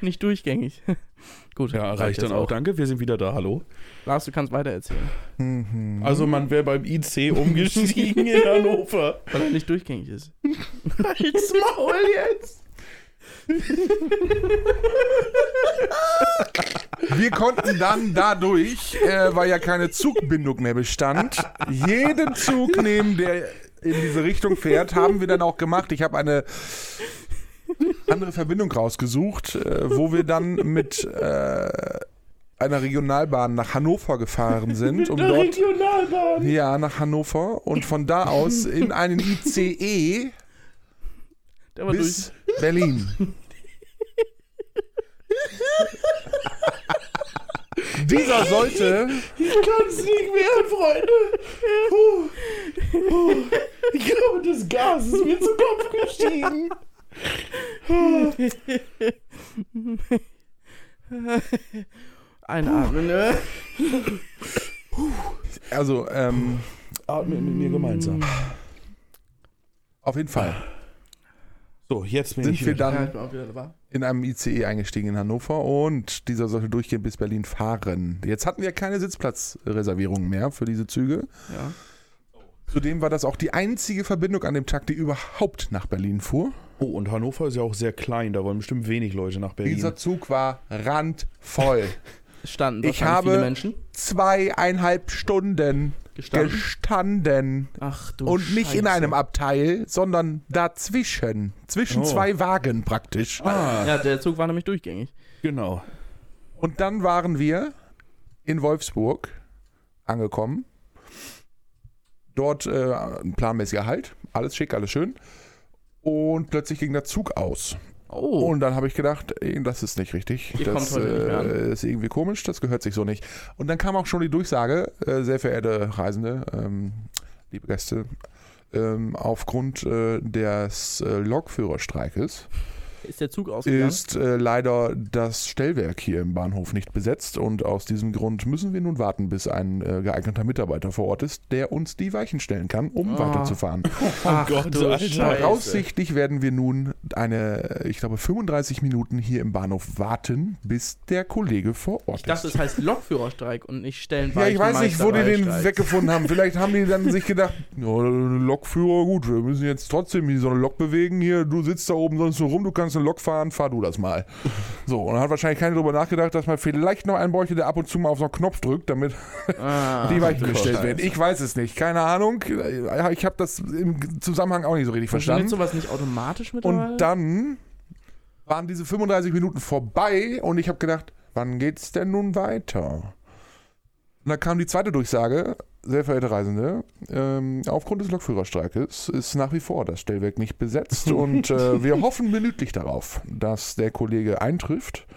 S2: nicht durchgängig. Gut.
S3: Ja, reicht dann
S2: jetzt
S3: auch. Danke, wir sind wieder da. Hallo.
S2: Lars, du kannst weitererzählen.
S1: Mhm.
S3: Also man wäre beim IC umgestiegen in Hannover.
S2: Weil er nicht durchgängig ist.
S3: Halt's Maul jetzt.
S1: Wir konnten dann dadurch, äh, weil ja keine Zugbindung mehr bestand, jeden Zug nehmen, der in diese Richtung fährt, haben wir dann auch gemacht. Ich habe eine andere Verbindung rausgesucht, äh, wo wir dann mit äh, einer Regionalbahn nach Hannover gefahren sind, um dort
S3: Regionalbahn.
S1: ja nach Hannover und von da aus in einen E ICE
S2: Der war durch.
S1: bis Berlin. Dieser sollte
S3: Ich kann's nicht mehr, Freunde. Puh. Puh. Ich glaube, das Gas ist mir zu Kopf gestiegen.
S2: Einatmen, ne?
S1: Also, ähm,
S3: Atme mit mir gemeinsam.
S1: auf jeden Fall
S3: So, jetzt bin
S1: sind wir
S2: Ja,
S3: Halt
S1: dann
S2: ich bin auch wieder dabei.
S1: in einem ICE eingestiegen in Hannover und dieser sollte durchgehend bis Berlin fahren. Jetzt hatten wir keine Sitzplatzreservierungen mehr für diese Züge.
S2: Ja.
S1: Zudem war das auch die einzige Verbindung an dem Tag, die überhaupt nach Berlin fuhr.
S3: Oh, und Hannover ist ja auch sehr klein, da wollen bestimmt wenig Leute nach Berlin.
S1: Dieser Zug war randvoll.
S2: Es Standen
S1: Ich
S2: wahrscheinlich
S1: habe-
S2: viele Menschen.
S1: Zweieinhalb Stunden
S2: Gestanden.
S1: gestanden.
S2: Ach du
S1: Und nicht in
S2: Scheiße.
S1: einem Abteil, sondern dazwischen. Zwischen
S3: Oh.
S1: zwei Wagen praktisch.
S3: ah,
S2: Ja, der Zug war nämlich durchgängig.
S3: genau.
S1: Und dann waren wir in Wolfsburg angekommen. Dort äh, ein planmäßiger Halt. Alles schick, alles schön. Und plötzlich ging der Zug aus.
S2: Oh.
S1: Und dann habe ich gedacht, ey, das ist nicht richtig.
S2: Ihr
S1: das
S2: kommt heute nicht mehr an.
S1: äh, ist irgendwie komisch, das gehört sich so nicht. Und dann kam auch schon die Durchsage, äh, sehr verehrte Reisende, ähm, liebe Gäste, ähm, aufgrund äh, des äh, Lokführerstreikes
S2: ist der Zug ausgegangen?
S1: ist äh, leider das Stellwerk hier im Bahnhof nicht besetzt und aus diesem Grund müssen wir nun warten, bis ein äh, geeigneter Mitarbeiter vor Ort ist, der uns die Weichen stellen kann, um
S2: Ah.
S1: weiterzufahren.
S2: Ach
S3: Gott,
S2: du
S3: Alter.
S2: Scheiße.
S1: Voraussichtlich werden wir nun eine, ich glaube, 35 Minuten hier im Bahnhof warten, bis der Kollege vor Ort
S2: Ich dachte,
S1: ist.
S2: es heißt Lokführerstreik und nicht Stellen
S1: Oh, Ja, ich weiß nicht, wo die den weggefunden haben. Vielleicht haben die dann sich gedacht, ja, Lokführer, gut, wir müssen jetzt trotzdem hier so eine Lok bewegen. Hier, du sitzt da oben sonst nur rum, du kannst eine Lok fahren, fahr du das mal. So, und dann hat wahrscheinlich keiner darüber nachgedacht, dass man vielleicht noch einen bräuchte, der ab und zu mal auf so einen Knopf drückt, damit
S2: Ah,
S1: die Weichen
S2: du
S1: gestellt
S2: Scheiße.
S1: werden. Ich weiß es nicht, keine Ahnung. Ich habe das im Zusammenhang auch nicht so richtig verstanden.
S2: Funktioniert sowas nicht automatisch mit
S1: Und dann waren diese 35 Minuten vorbei und ich habe gedacht, wann geht's denn nun weiter? Und dann kam die zweite Durchsage, sehr verehrte Reisende, ähm, aufgrund des Lokführerstreikes ist nach wie vor das Stellwerk nicht besetzt und äh, wir hoffen minütlich darauf, dass der Kollege eintrifft.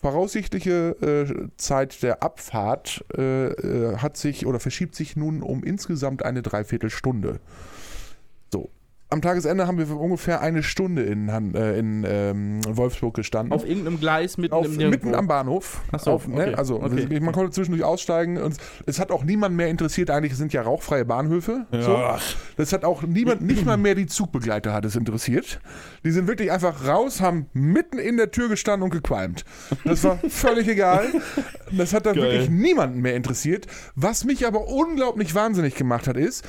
S1: Voraussichtliche äh, Zeit der Abfahrt äh, äh, hat sich oder verschiebt sich nun um insgesamt eine Dreiviertelstunde. So. Am Tagesende haben wir für ungefähr eine Stunde in, Han äh, in ähm, Wolfsburg gestanden.
S2: auf irgendeinem Gleis mitten
S1: Auf-
S2: im Nirgendwo.
S1: mitten am Bahnhof.
S2: Ach so,
S1: auf, ne?
S2: okay,
S1: Also
S2: okay.
S1: wir- man konnte zwischendurch aussteigen und es hat auch niemand mehr interessiert. Eigentlich sind ja rauchfreie Bahnhöfe. So. Das hat auch niemand, nicht mal mehr die Zugbegleiter hat es interessiert. Die sind wirklich einfach raus, haben mitten in der Tür gestanden und gequalmt. Das war völlig egal. Das hat dann
S3: Geil.
S1: wirklich niemanden mehr interessiert. Was mich aber unglaublich wahnsinnig gemacht hat, ist,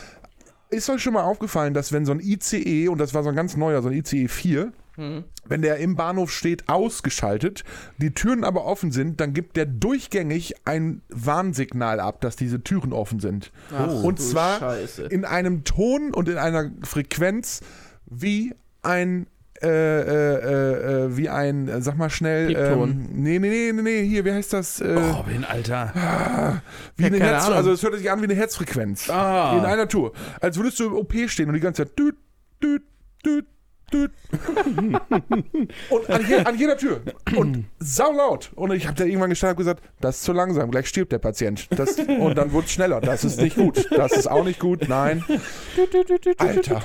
S1: ist euch schon mal aufgefallen, dass wenn so ein ICE, und das war so ein ganz neuer, so ein E ICE 4,
S2: Hm?
S1: wenn der im Bahnhof steht, ausgeschaltet, die Türen aber offen sind, dann gibt der durchgängig ein Warnsignal ab, dass diese Türen offen sind.
S2: Ach,
S1: Oh, und
S2: du
S1: zwar
S2: Scheiße.
S1: in einem Ton und in einer Frequenz wie ein äh, äh, äh, äh, wie ein, äh, sag mal schnell, ähm,
S2: Piepton.
S1: nee, nee, nee, nee, nee, hier, wie heißt das? Äh,
S3: Robin, Alter.
S1: wie eine
S2: keine
S1: Herz,
S2: Ahnung.
S1: also es hört sich an wie eine Herzfrequenz.
S3: Ah.
S1: In einer Tour. Als würdest du im OP stehen und die ganze Zeit düt, düt, düt, düt. und an, je, an jeder Tür. Und saulaut. Und ich habe da irgendwann gestanden und gesagt, das ist zu langsam, gleich stirbt der Patient. Das, und dann wurde es schneller. Das ist nicht gut. Das ist auch nicht gut. Nein. Alter.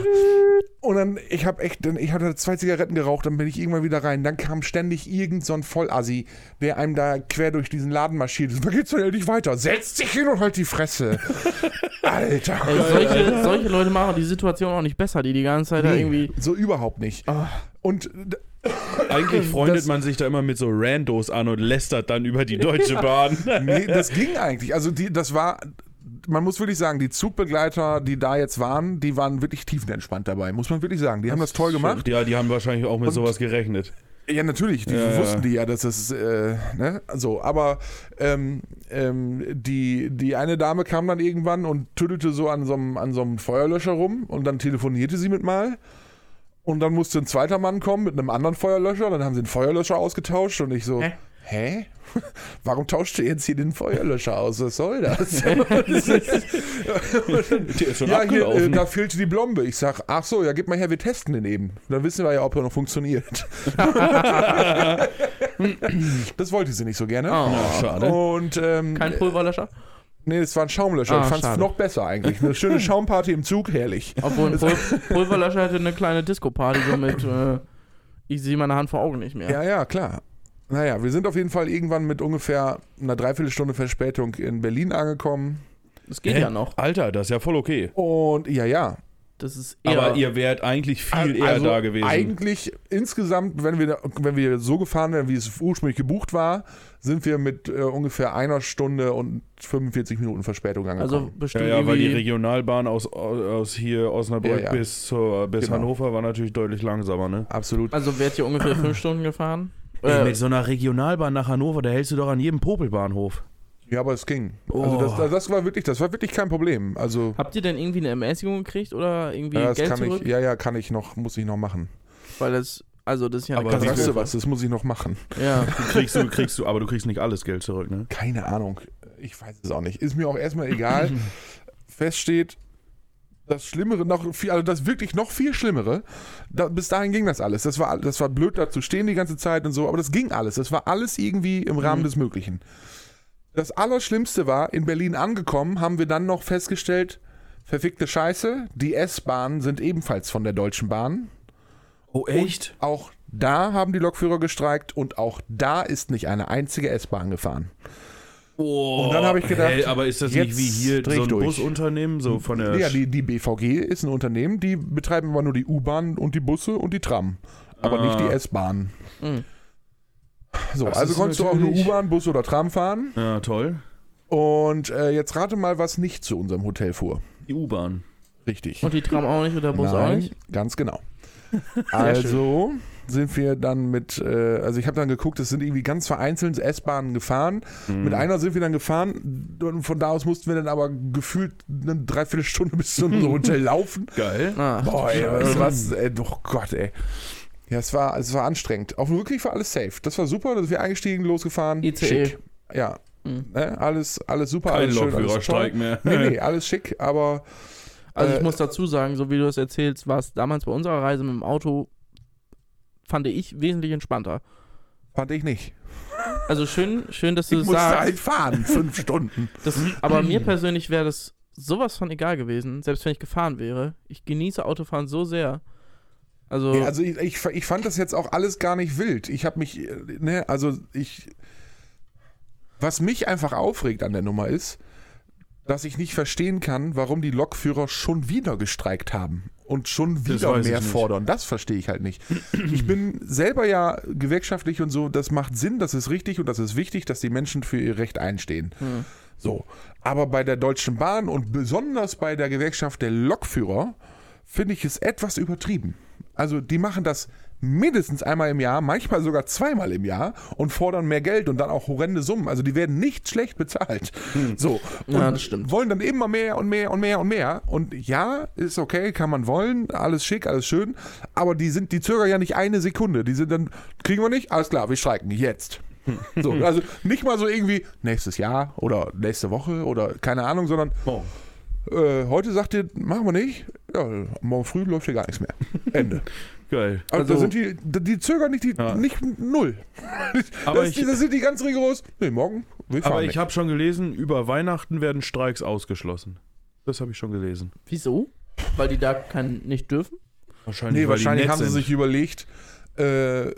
S1: Und dann, ich habe echt, dann- ich hatte zwei Zigaretten geraucht, dann bin ich irgendwann wieder rein. Dann kam ständig irgend so ein Vollassi, der einem da quer durch diesen Laden marschiert. Dann geht's doch endlich weiter. Setz dich hin und halt die Fresse. Alter.
S2: Ey, solche, solche Leute machen die Situation auch nicht besser, die die ganze Zeit da
S1: Nee,
S2: irgendwie.
S1: So überhaupt nicht. Und d-
S3: Eigentlich freundet
S1: Das-
S3: man sich da immer mit so Randos an und lästert dann über die Deutsche Bahn.
S1: nee, das ging eigentlich. Also die, das war, man muss wirklich sagen, die Zugbegleiter, die da jetzt waren, die waren wirklich tiefenentspannt dabei, muss man wirklich sagen. Die haben das toll gemacht.
S3: Ja, die haben wahrscheinlich auch mit sowas gerechnet.
S1: Ja, natürlich, die
S3: Ja,
S1: wussten
S3: ja.
S1: die ja, dass das, äh, ne, so, aber ähm, ähm, die, die eine Dame kam dann irgendwann und tüdelte so an so einem, an so einem Feuerlöscher rum und dann telefonierte sie mit mal. Und dann musste ein zweiter Mann kommen mit einem anderen Feuerlöscher, dann haben sie den Feuerlöscher ausgetauscht und ich so, hä?
S2: Hä?
S1: Warum tauscht ihr jetzt hier den Feuerlöscher aus? Was soll das?
S3: Der ist schon
S1: ja, hier, äh,
S3: abgelaufen.
S1: da fehlte die Blombe. Ich sag, ach so, ja, gib mal her, wir testen den eben. Dann wissen wir ja, ob er noch funktioniert. das wollte sie nicht so gerne.
S2: Oh,
S3: Schade.
S1: Und ähm,
S2: kein Pulverlöscher.
S1: nee, es war ein Schaumlöscher.
S2: Ah,
S1: ich fand's
S2: schade.
S1: noch besser eigentlich. Eine schöne Schaumparty im Zug, herrlich.
S2: Obwohl ein Pul Pulverlöscher hätte eine kleine Disco-Party, so mit. Äh, ich sehe meine Hand vor Augen nicht mehr.
S1: Ja, ja, klar. Naja, wir sind auf jeden Fall irgendwann mit ungefähr einer Dreiviertelstunde Verspätung in Berlin angekommen.
S2: Das geht
S3: Hä?
S2: ja noch.
S3: Alter, das ist ja voll okay.
S1: Und ja, ja.
S2: Das ist eher.
S3: Aber ihr wärt eigentlich viel eher
S1: Also
S3: da gewesen.
S1: Eigentlich insgesamt, wenn wir, da- wenn wir so gefahren wären, wie es ursprünglich gebucht war, sind wir mit äh, ungefähr einer Stunde und 45 Minuten Verspätung
S2: also
S1: angekommen.
S2: bestimmt
S3: ja, ja, weil die
S2: irgendwie.
S3: Regionalbahn aus, aus hier Osnabrück
S1: Ja, ja.
S3: bis, zur, bis
S1: Genau.
S3: Hannover war natürlich deutlich langsamer, ne?
S1: Absolut.
S2: Also wärt ihr ungefähr fünf Stunden gefahren?
S3: Ey,
S2: Äh,
S3: mit so einer Regionalbahn nach Hannover, da hältst du doch an jedem Popelbahnhof.
S1: Ja, aber es ging.
S3: Oh.
S1: Also das, das- das war wirklich, das war wirklich kein Problem. Also
S2: habt ihr denn irgendwie eine Ermäßigung gekriegt oder irgendwie
S1: ja, das
S2: Geld
S1: kann
S2: zurück?
S1: ich, ja, ja, kann ich noch, muss ich noch machen.
S2: Weil das. Also das ist ja.
S3: Aber
S2: eine
S3: wie
S1: Sagst du
S2: Katastrophe.
S1: was, das muss ich noch machen.
S2: Ja.
S3: Du kriegst, du kriegst du, aber du kriegst nicht alles Geld zurück, ne?
S1: Keine Ahnung. Ich weiß es auch nicht. Ist mir auch erstmal egal. Fest steht, das Schlimmere noch viel, also das wirklich noch viel Schlimmere. Da, bis dahin ging das alles. Das war, das war blöd da zu stehen die ganze Zeit und so, aber das ging alles. Das war alles irgendwie im Rahmen des Möglichen. Das Allerschlimmste war, in Berlin angekommen, haben wir dann noch festgestellt, verfickte Scheiße, die S-Bahnen sind ebenfalls von der Deutschen Bahn.
S3: Oh, echt?
S1: Auch da haben die Lokführer gestreikt und auch da ist nicht eine einzige S-Bahn gefahren.
S3: Oh,
S1: Und dann habe ich gedacht,
S3: hey, aber ist das nicht
S1: jetzt
S3: wie hier
S1: dreh
S3: so
S1: ich
S3: ein
S1: durch.
S3: Busunternehmen, so von der.
S1: Ja, die, die BVG ist ein Unternehmen, die betreiben aber nur die U-Bahn und die Busse und die Tram, aber
S3: Ah.
S1: nicht die S-Bahn.
S2: Mhm.
S1: So,
S3: Das
S1: also
S3: ist
S1: konntest du auch nur
S3: natürlich-
S1: U-Bahn, Bus oder Tram fahren.
S3: ja toll.
S1: Und äh, jetzt rate mal, was nicht zu unserem Hotel fuhr.
S3: Die U-Bahn.
S1: Richtig.
S2: Und die Tram auch nicht oder Bus auch nicht?
S1: Ganz genau. Also sind wir dann mit, äh, also ich habe dann geguckt, es sind irgendwie ganz vereinzelt S-Bahnen gefahren.
S3: Mhm.
S1: Mit einer sind wir dann gefahren und von da aus mussten wir dann aber gefühlt eine Dreiviertelstunde bis zu unserem Hotel laufen.
S3: Geil.
S2: Ah,
S1: Boah, ey, was, ey, oh Gott, ey. Ja, es war, es war anstrengend. Auf dem Rückweg war alles safe. Das war super, da sind wir eingestiegen, losgefahren.
S2: ICE.
S1: Schick. Ja,
S2: Mhm.
S1: ne? alles, alles super,
S3: Kein
S1: alles schön, alles toll.
S3: Lokführerstreik mehr.
S1: Nee, nee, alles schick, aber
S2: Also
S1: Äh,
S2: ich muss dazu sagen, so wie du es erzählst, war es damals bei unserer Reise mit dem Auto, fand ich wesentlich entspannter.
S1: fand ich nicht.
S2: Also schön, schön, dass du
S1: ich
S2: das
S1: musste
S2: sagst.
S1: halt fahren, fünf Stunden.
S2: Das, aber mir persönlich wäre das sowas von egal gewesen, selbst wenn ich gefahren wäre. Ich genieße Autofahren so sehr. Also,
S1: Ja, also ich, ich, ich fand das jetzt auch alles gar nicht wild. Ich habe mich, äh, ne, also ich, was mich einfach aufregt an der Nummer ist, dass ich nicht verstehen kann, warum die Lokführer schon wieder gestreikt haben und schon
S3: Das
S1: wieder
S3: weiß ich
S1: mehr
S3: nicht.
S1: fordern. Das verstehe ich halt nicht. Ich bin selber ja gewerkschaftlich und so, das macht Sinn, das ist richtig und das ist wichtig, dass die Menschen für ihr Recht einstehen.
S2: hm.
S1: So, aber bei der Deutschen Bahn und besonders bei der Gewerkschaft der Lokführer finde ich es etwas übertrieben. Also die machen das mindestens einmal im Jahr, manchmal sogar zweimal im Jahr und fordern mehr Geld und dann auch horrende Summen. Also die werden nicht schlecht bezahlt. So und
S2: Hm. Ja, das stimmt.
S1: wollen dann immer mehr und mehr und mehr und mehr. Und ja, ist okay, kann man wollen, alles schick, alles schön. Aber die sind, die zögern ja nicht eine Sekunde. Die sind dann kriegen wir nicht, alles klar, wir streiken jetzt. So,
S2: Hm.
S1: also nicht mal so irgendwie nächstes Jahr oder nächste Woche oder keine Ahnung, sondern
S3: Oh.
S1: äh, heute sagt ihr, machen wir nicht, ja, morgen früh läuft hier gar nichts mehr. Ende.
S3: Geil.
S1: Also, da
S2: Also-
S1: sind die, die zögern nicht, die
S3: Ja.
S1: nicht null.
S3: Aber
S1: das,
S3: ich-
S1: das sind die ganz rigoros. Nee, morgen, wir fahren
S3: Aber ich
S1: nicht.
S3: habe schon gelesen, über Weihnachten werden Streiks ausgeschlossen. Das habe ich schon gelesen.
S2: wieso? Weil die da kein, nicht dürfen?
S3: Wahrscheinlich,
S1: Nee, wahrscheinlich haben sie
S3: sind.
S1: sich überlegt, äh,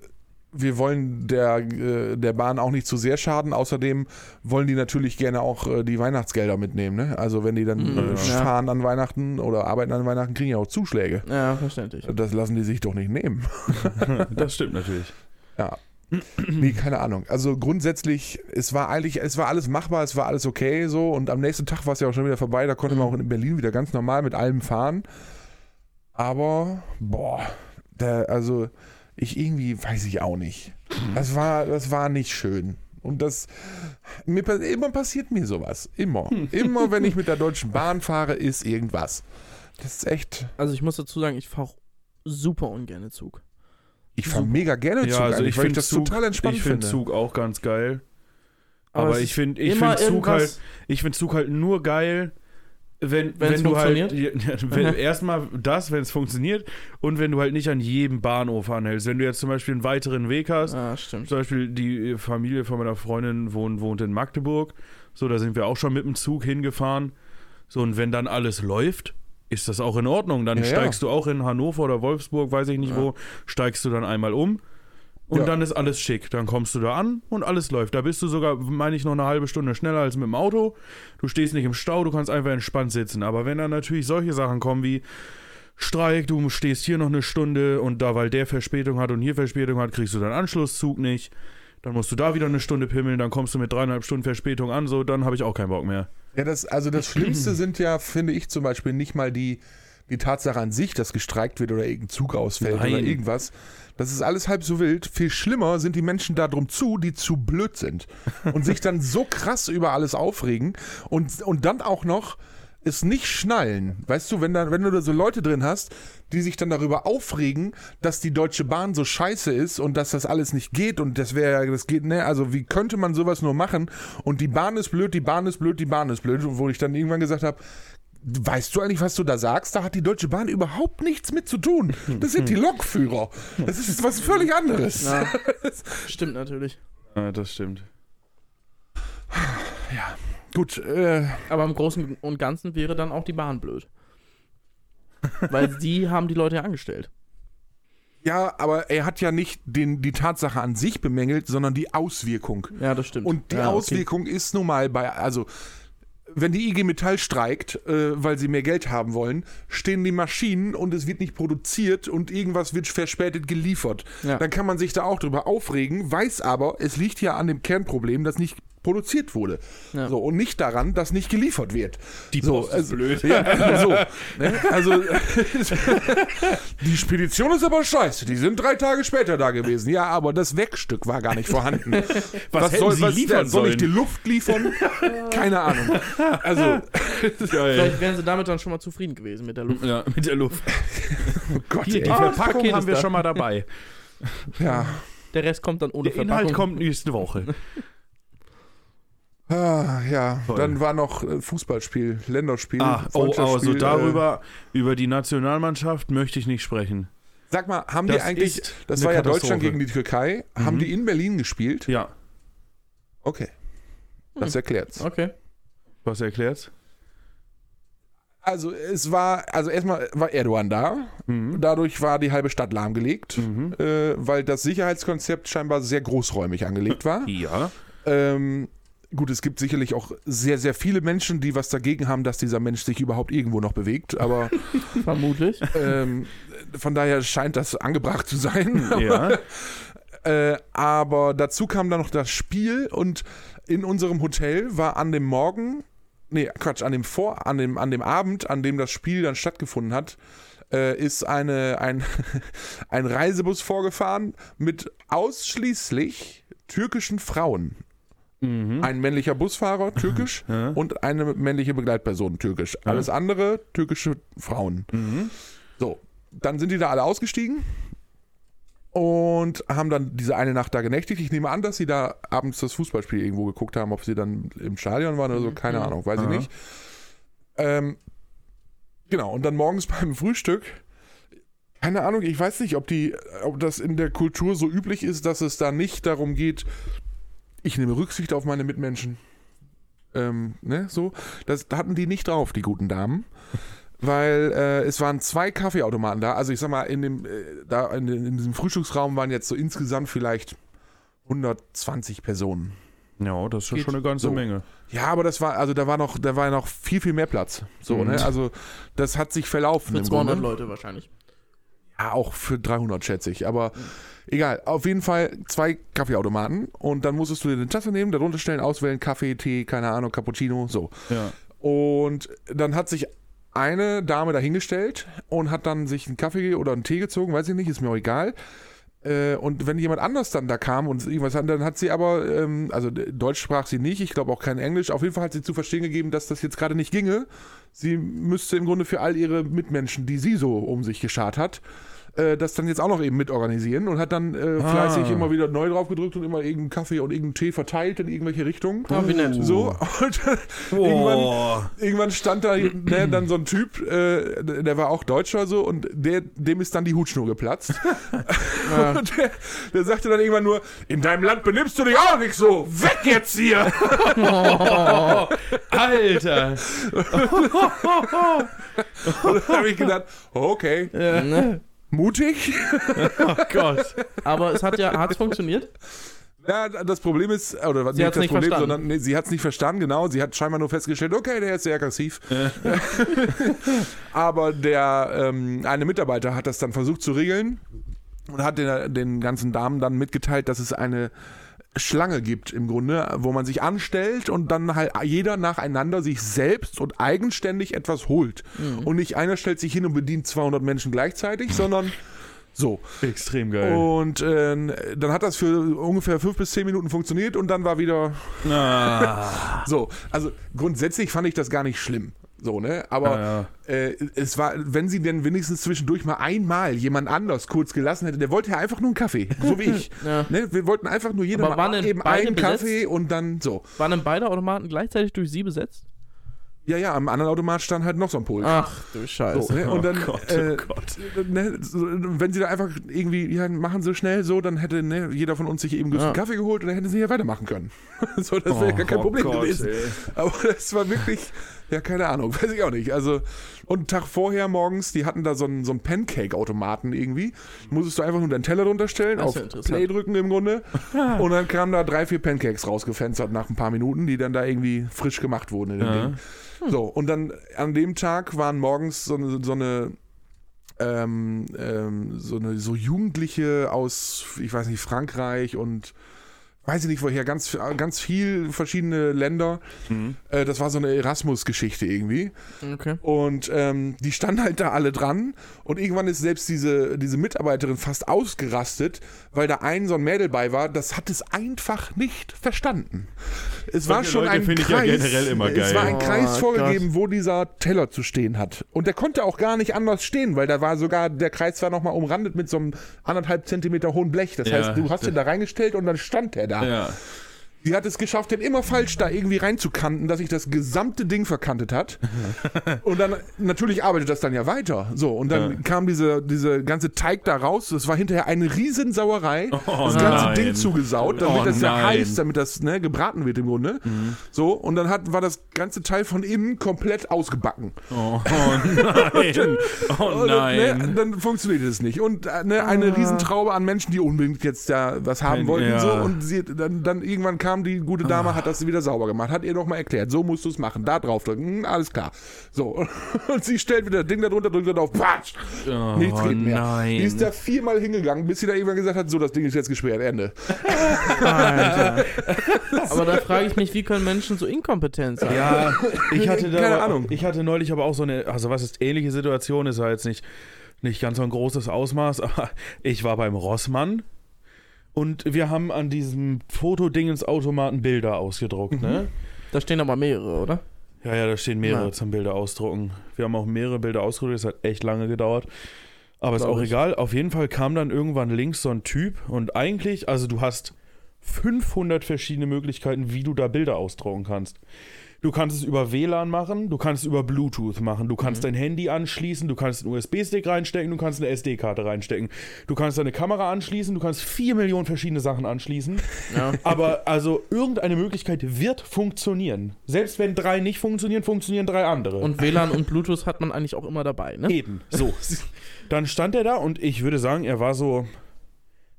S1: wir wollen der, äh, der Bahn auch nicht zu sehr schaden. Außerdem wollen die natürlich gerne auch äh, die Weihnachtsgelder mitnehmen. Ne? Also wenn die dann
S2: Mhm.
S1: äh,
S3: Ja.
S1: fahren an Weihnachten oder arbeiten an Weihnachten, kriegen ja auch Zuschläge.
S2: Ja, verständlich.
S1: Das lassen die sich doch nicht nehmen.
S3: Das stimmt natürlich.
S1: Nee,
S3: Hm.
S1: keine Ahnung. Also grundsätzlich, es war eigentlich, es war alles machbar, es war alles okay so und am nächsten Tag war es ja auch schon wieder vorbei, da konnte
S3: Hm.
S1: man auch in Berlin wieder ganz normal mit allem fahren. Aber, boah, da, also ich irgendwie weiß ich auch nicht.
S3: Hm.
S1: Das war, das war nicht schön. Und das, mir, pass- immer passiert mir sowas. Immer.
S3: Hm.
S1: Immer, wenn ich mit der Deutschen Bahn fahre, ist irgendwas. Das ist echt,
S2: Also ich muss dazu sagen, ich fahre super ungerne Zug.
S1: ich fahre mega gerne Zug,
S3: Ja, also
S1: eigentlich,
S3: ich
S1: weil ich
S3: find
S1: das
S3: Zug-
S1: total entspannt
S3: ich
S1: finde.
S3: finde Zug auch ganz geil. Aber,
S2: es
S3: ich
S2: ist
S3: finde ich
S2: immer
S3: find Zug,
S2: irgendwas-
S3: halt, ich find Zug halt nur geil, wenn,
S2: Wenn's
S3: wenn du halt.
S2: Mhm.
S3: wenn- Erstmal das, wenn es funktioniert und wenn du halt nicht an jedem Bahnhof anhältst. Wenn du jetzt zum Beispiel einen weiteren Weg hast,
S2: Ah, stimmt.
S3: zum Beispiel die äh, Familie von meiner Freundin wohnt, wohnt in Magdeburg. So, da sind wir auch schon mit dem Zug hingefahren. So, und wenn dann alles läuft, ist das auch in Ordnung. Dann
S1: Ja, ja.
S3: steigst du auch in Hannover oder Wolfsburg, weiß ich nicht
S2: Ja.
S3: wo, steigst du dann einmal um. Und
S1: Ja.
S3: dann ist alles schick. Dann kommst du da an und alles läuft. Da bist du sogar, meine ich, noch eine halbe Stunde schneller als mit dem Auto. Du stehst nicht im Stau, du kannst einfach entspannt sitzen. Aber wenn dann natürlich solche Sachen kommen wie Streik, du stehst hier noch eine Stunde und da, weil der Verspätung hat und hier Verspätung hat, kriegst du deinen Anschlusszug nicht. Dann musst du da wieder eine Stunde pimmeln, dann kommst du mit dreieinhalb Stunden Verspätung an, so, dann habe ich auch keinen Bock mehr.
S1: Ja, das, also das Schlimmste sind ja, finde ich zum Beispiel, nicht mal die, die Tatsache an sich, dass gestreikt wird oder irgendein Zug ausfällt oder
S3: Nein.
S1: irgendwas. Das ist alles halb so wild. Viel schlimmer sind die Menschen darum zu, die zu blöd sind und sich dann so krass über alles aufregen und, und dann auch noch es nicht schnallen. Weißt du, wenn, da, wenn du da so Leute drin hast, die sich dann darüber aufregen, dass die Deutsche Bahn so scheiße ist und dass das alles nicht geht und das wäre ja, das geht, ne, also wie könnte man sowas nur machen und die Bahn ist blöd, die Bahn ist blöd, die Bahn ist blöd, wo ich dann irgendwann gesagt habe, Weißt du eigentlich, was du da sagst? Da hat die Deutsche Bahn überhaupt nichts mit zu tun. Das sind die Lokführer. Das ist was völlig anderes.
S2: Ja. Stimmt natürlich.
S3: Ja, das stimmt.
S1: Gut, äh,
S2: Aber im Großen und Ganzen wäre dann auch die Bahn blöd. Weil die haben die Leute ja angestellt.
S1: ja, aber er hat ja nicht den, die Tatsache an sich bemängelt, sondern die Auswirkung.
S2: Ja, das stimmt.
S1: Und die
S2: ja, okay.
S1: Auswirkung ist nun mal bei, also wenn die IG Metall streikt, äh, weil sie mehr Geld haben wollen, stehen die Maschinen und es wird nicht produziert und irgendwas wird verspätet geliefert.
S2: Ja.
S1: Dann kann man sich da auch drüber aufregen, weiß aber, es liegt ja an dem Kernproblem, dass nicht produziert wurde.
S2: Ja.
S1: So, und nicht daran, dass nicht geliefert wird. Die so, also,
S3: Post ist blöd.
S1: Ja, so, ne? Also die Spedition ist aber scheiße. Die sind drei Tage später da gewesen. Ja, aber das Wegstück war gar nicht vorhanden. Was,
S3: hätten sie liefern
S1: Soll ich die
S3: sollen?
S1: Luft liefern? Keine Ahnung. Also,
S2: Vielleicht wären sie damit dann schon mal zufrieden gewesen mit der Luft.
S3: Ja, mit der Luft.
S1: oh Gott,
S3: Hier, die
S1: ey.
S3: Verpackung
S2: Paket
S3: haben
S2: ist
S3: wir
S2: da.
S3: schon mal dabei.
S1: ja.
S2: Der Rest kommt dann ohne
S3: Der Inhalt
S2: Verpackung.
S3: kommt nächste Woche.
S1: Ah, ja.
S3: Toll.
S1: Dann war noch äh, Fußballspiel, Länderspiel.
S3: Ah, oh,
S1: Freundschaftsspiel,
S3: also
S1: äh,
S3: darüber, über die Nationalmannschaft möchte ich nicht sprechen.
S1: Sag mal, haben die
S3: Das
S1: eigentlich.
S3: ist
S1: Das
S3: eine
S1: war ja
S3: Katastrophe.
S1: Deutschland gegen die Türkei. Haben
S3: Mhm.
S1: die in Berlin gespielt?
S3: Ja, Mhm.
S1: Okay. Das erklärt's.
S2: Okay.
S3: was erklärt's?
S1: Also es war, also erstmal war Erdogan da. Dadurch war die halbe Stadt lahmgelegt, äh, weil das Sicherheitskonzept scheinbar sehr großräumig angelegt war.
S3: Ja.
S1: ähm, gut, es gibt sicherlich auch sehr, sehr viele Menschen, die was dagegen haben, dass dieser Mensch sich überhaupt irgendwo noch bewegt. Aber
S2: Vermutlich.
S1: ähm, von daher scheint das angebracht zu sein.
S3: Ja.
S1: Äh, aber dazu kam dann noch das Spiel und in unserem Hotel war an dem Morgen, nee, Quatsch, an dem Vor, an dem, an dem Abend, an dem das Spiel dann stattgefunden hat, äh, ist eine, ein, ein Reisebus vorgefahren mit ausschließlich türkischen Frauen. Ein männlicher Busfahrer, türkisch, und eine männliche Begleitperson, türkisch. Alles andere, türkische Frauen. So, dann sind die da alle ausgestiegen und haben dann diese eine Nacht da genächtigt. Ich nehme an, dass sie da abends das Fußballspiel irgendwo geguckt haben, ob sie dann im Stadion waren oder so, keine Ahnung, weiß ich
S3: Aha.
S1: nicht. Ähm, genau, und dann morgens beim Frühstück, keine Ahnung, ich weiß nicht, ob die, ob das in der Kultur so üblich ist, dass es da nicht darum geht, ich nehme Rücksicht auf meine Mitmenschen. Ähm, ne, so. Das hatten die nicht drauf, die guten Damen. Weil äh, es waren zwei Kaffeeautomaten da. Also ich sag mal, in dem, äh, da in, dem- in diesem Frühstücksraum waren jetzt so insgesamt vielleicht 120 Personen.
S3: Ja, das ist ja
S2: Geht
S3: schon eine ganze
S1: so.
S3: Menge.
S1: Ja, aber das war, also da war noch, da war noch viel, viel mehr Platz. So, ne? Also das hat sich verlaufen.
S2: Mhm. Für
S1: im
S2: 200
S1: Grunde.
S2: Leute wahrscheinlich.
S1: Ja, auch für 300 schätze ich, aber egal. Auf jeden Fall zwei Kaffeeautomaten und dann musstest du dir eine Tasse nehmen, darunter stellen, auswählen, Kaffee, Tee, keine Ahnung, Cappuccino, so.
S3: Ja.
S1: Und dann hat sich eine Dame dahingestellt und hat dann sich einen Kaffee oder einen Tee gezogen, weiß ich nicht, ist mir auch egal. Äh, Und wenn jemand anders dann da kam und irgendwas hat, dann hat sie aber, ähm, also Deutsch sprach sie nicht, ich glaube auch kein Englisch, auf jeden Fall hat sie zu verstehen gegeben, dass das jetzt gerade nicht ginge. Sie müsste im Grunde für all ihre Mitmenschen, die sie so um sich geschart hat, äh, das dann jetzt auch noch eben mitorganisieren und hat dann äh,
S2: Ah.
S1: fleißig immer wieder neu drauf gedrückt und immer irgendeinen Kaffee und irgendeinen Tee verteilt in irgendwelche Richtungen.
S2: Ah, wie nett.
S1: So, und
S3: Oh,
S1: irgendwann, irgendwann stand da ne, dann so ein Typ, äh, der war auch Deutscher so, und der, dem ist dann die Hutschnur geplatzt. und der, der sagte dann irgendwann nur, in deinem Land benimmst du dich auch nicht so, weg jetzt hier!
S3: Oh, Alter!
S1: Und dann habe ich gedacht, okay,
S2: Ne?
S1: mutig.
S3: Oh Gott.
S2: Aber es hat ja, hat's funktioniert?
S1: Ja, das Problem ist, oder was
S2: Sie
S1: nicht
S2: hat's
S1: das
S2: nicht
S1: Problem,
S2: verstanden.
S1: sondern nee, sie hat es nicht verstanden, genau. Sie hat scheinbar nur festgestellt, okay, der ist sehr aggressiv. Aber der ähm, eine Mitarbeiter hat das dann versucht zu regeln und hat den, den ganzen Damen dann mitgeteilt, dass es eine Schlange gibt im Grunde, wo man sich anstellt und dann halt jeder nacheinander sich selbst und eigenständig etwas holt.
S2: Mhm.
S1: Und nicht einer stellt sich hin und bedient 200 Menschen gleichzeitig, sondern so.
S3: Extrem geil.
S1: Und äh, dann hat das für ungefähr fünf bis zehn Minuten funktioniert und dann war wieder
S3: Ah,
S1: so. Also grundsätzlich fand ich das gar nicht schlimm. So, ne? Aber
S3: Ja,
S1: Äh, es war, wenn sie denn wenigstens zwischendurch mal einmal jemand anders kurz gelassen hätte, der wollte ja einfach nur einen Kaffee, so wie ich.
S2: Ja.
S1: ne? Wir wollten einfach nur jeder
S2: Aber
S1: mal
S2: waren denn
S1: eben
S2: beide
S1: einen
S2: besetzt?
S1: Kaffee und dann so.
S2: Waren denn beide Automaten gleichzeitig durch sie besetzt?
S1: Ja, ja, am anderen Automat stand halt noch so ein Pult.
S2: Ach du Scheiße.
S1: So, ne? Und dann,
S3: oh Gott, oh
S1: äh,
S3: Gott.
S1: ne, so, wenn sie da einfach irgendwie, ja, machen sie schnell so, dann hätte ne, jeder von uns sich eben
S2: Ja. Oh
S1: einen Kaffee geholt und dann hätten sie ja weitermachen können. so, das wäre gar kein Problem
S3: Oh Gott,
S1: gewesen.
S3: ey.
S1: Aber das war wirklich, ja, keine Ahnung, weiß ich auch nicht. Also, und einen Tag vorher morgens, die hatten da so einen, so einen Pancake-Automaten irgendwie. Musstest du einfach nur deinen Teller drunter stellen,
S2: Das ist
S1: auf
S2: ja interessant.
S1: Play drücken im Grunde. und dann kamen da drei, vier Pancakes rausgefenstert nach ein paar Minuten, die dann da irgendwie frisch gemacht wurden in dem
S3: Ja.
S1: Ding. So, und dann an dem Tag waren morgens so eine, so eine ähm, ähm, so eine so Jugendliche aus, ich weiß nicht, Frankreich und weiß ich nicht woher, ganz, ganz viel verschiedene Länder. Äh, das war so eine Erasmus-Geschichte irgendwie.
S2: Okay.
S1: Und ähm, die standen halt da alle dran. Und irgendwann ist selbst diese, diese Mitarbeiterin fast ausgerastet, weil da ein so ein Mädel bei war, das hat es einfach nicht verstanden. Es war
S3: Solche
S1: schon
S3: Leute
S1: ein
S3: finde
S1: Kreis.
S3: ich ja generell immer
S1: Es
S3: geil.
S1: war ein
S2: Oh,
S1: Kreis
S2: Gott.
S1: vorgegeben, wo dieser Teller zu stehen hat. Und der konnte auch gar nicht anders stehen, weil da war sogar, der Kreis war nochmal umrandet mit so einem anderthalb Zentimeter hohen Blech. Das
S3: Ja,
S1: heißt, du hast
S3: das-
S1: ihn da reingestellt und dann stand er da.
S3: Ja.
S1: Sie hat es geschafft, den immer falsch da irgendwie reinzukanten, dass sich das gesamte Ding verkantet hat. und dann, natürlich arbeitet das dann ja weiter. So, und dann
S3: Ja.
S1: kam diese, diese ganze Teig da raus. Das war hinterher eine Riesensauerei.
S3: Oh
S1: das ganze
S3: nein.
S1: Ding zugesaut, damit
S3: Oh
S1: das ja
S3: nein. Mhm.
S1: heiß, damit das ne, gebraten wird im Grunde. So, und dann hat, war das ganze Teil von innen komplett ausgebacken.
S3: Oh, oh nein. Oh
S1: Und dann,
S3: nein.
S1: ne, dann funktioniert es nicht. Und äh, ne,
S3: Ah.
S1: eine Riesentraube an Menschen, die unbedingt jetzt da was haben
S3: Ein-
S1: wollten.
S3: ja. Ah.
S1: So, und sie, dann, dann irgendwann kam die gute Dame, hat das wieder sauber gemacht, hat ihr nochmal erklärt, so musst du es machen, da drauf drücken, hm, alles klar. So, und sie stellt wieder das Ding da drunter, drückt da drauf, patsch,
S3: Oh
S1: nichts geht mehr.
S3: nein.
S1: Die ist da viermal hingegangen, bis sie da irgendwann gesagt hat, so, das Ding ist jetzt gesperrt, Ende.
S2: Alter. Aber da frage ich mich, wie können Menschen so inkompetent sein?
S3: Ja, ich hatte da,
S1: Keine Ahnung.
S3: Ich hatte neulich aber auch so eine, also was ist ähnliche Situation, ist ja jetzt nicht, nicht ganz so ein großes Ausmaß, aber ich war beim Rossmann und wir haben an diesem Fotodingensautomaten Bilder ausgedruckt, ne?
S2: Da stehen aber mehrere, oder?
S3: Ja, ja, da stehen mehrere
S2: Mhm. Ja.
S3: zum Bilder ausdrucken. Wir haben auch mehrere Bilder ausgedruckt, das hat echt lange gedauert. Aber ist
S2: Glaub
S3: auch
S2: ich.
S3: egal. Auf jeden Fall kam dann irgendwann links so ein Typ und eigentlich, also du hast 500 verschiedene Möglichkeiten, wie du da Bilder ausdrucken kannst. Du kannst es über WLAN machen, du kannst es über Bluetooth machen, du
S1: Mhm.
S3: kannst dein Handy anschließen, du kannst einen USB-Stick reinstecken, du kannst eine SD-Karte reinstecken, du kannst deine Kamera anschließen, du kannst vier Millionen verschiedene Sachen anschließen. Aber also irgendeine Möglichkeit wird funktionieren. Selbst wenn drei nicht funktionieren, funktionieren drei andere.
S2: Und WLAN und Bluetooth hat man eigentlich auch immer dabei, ne?
S3: Eben, so. Dann stand er da und ich würde sagen, er war so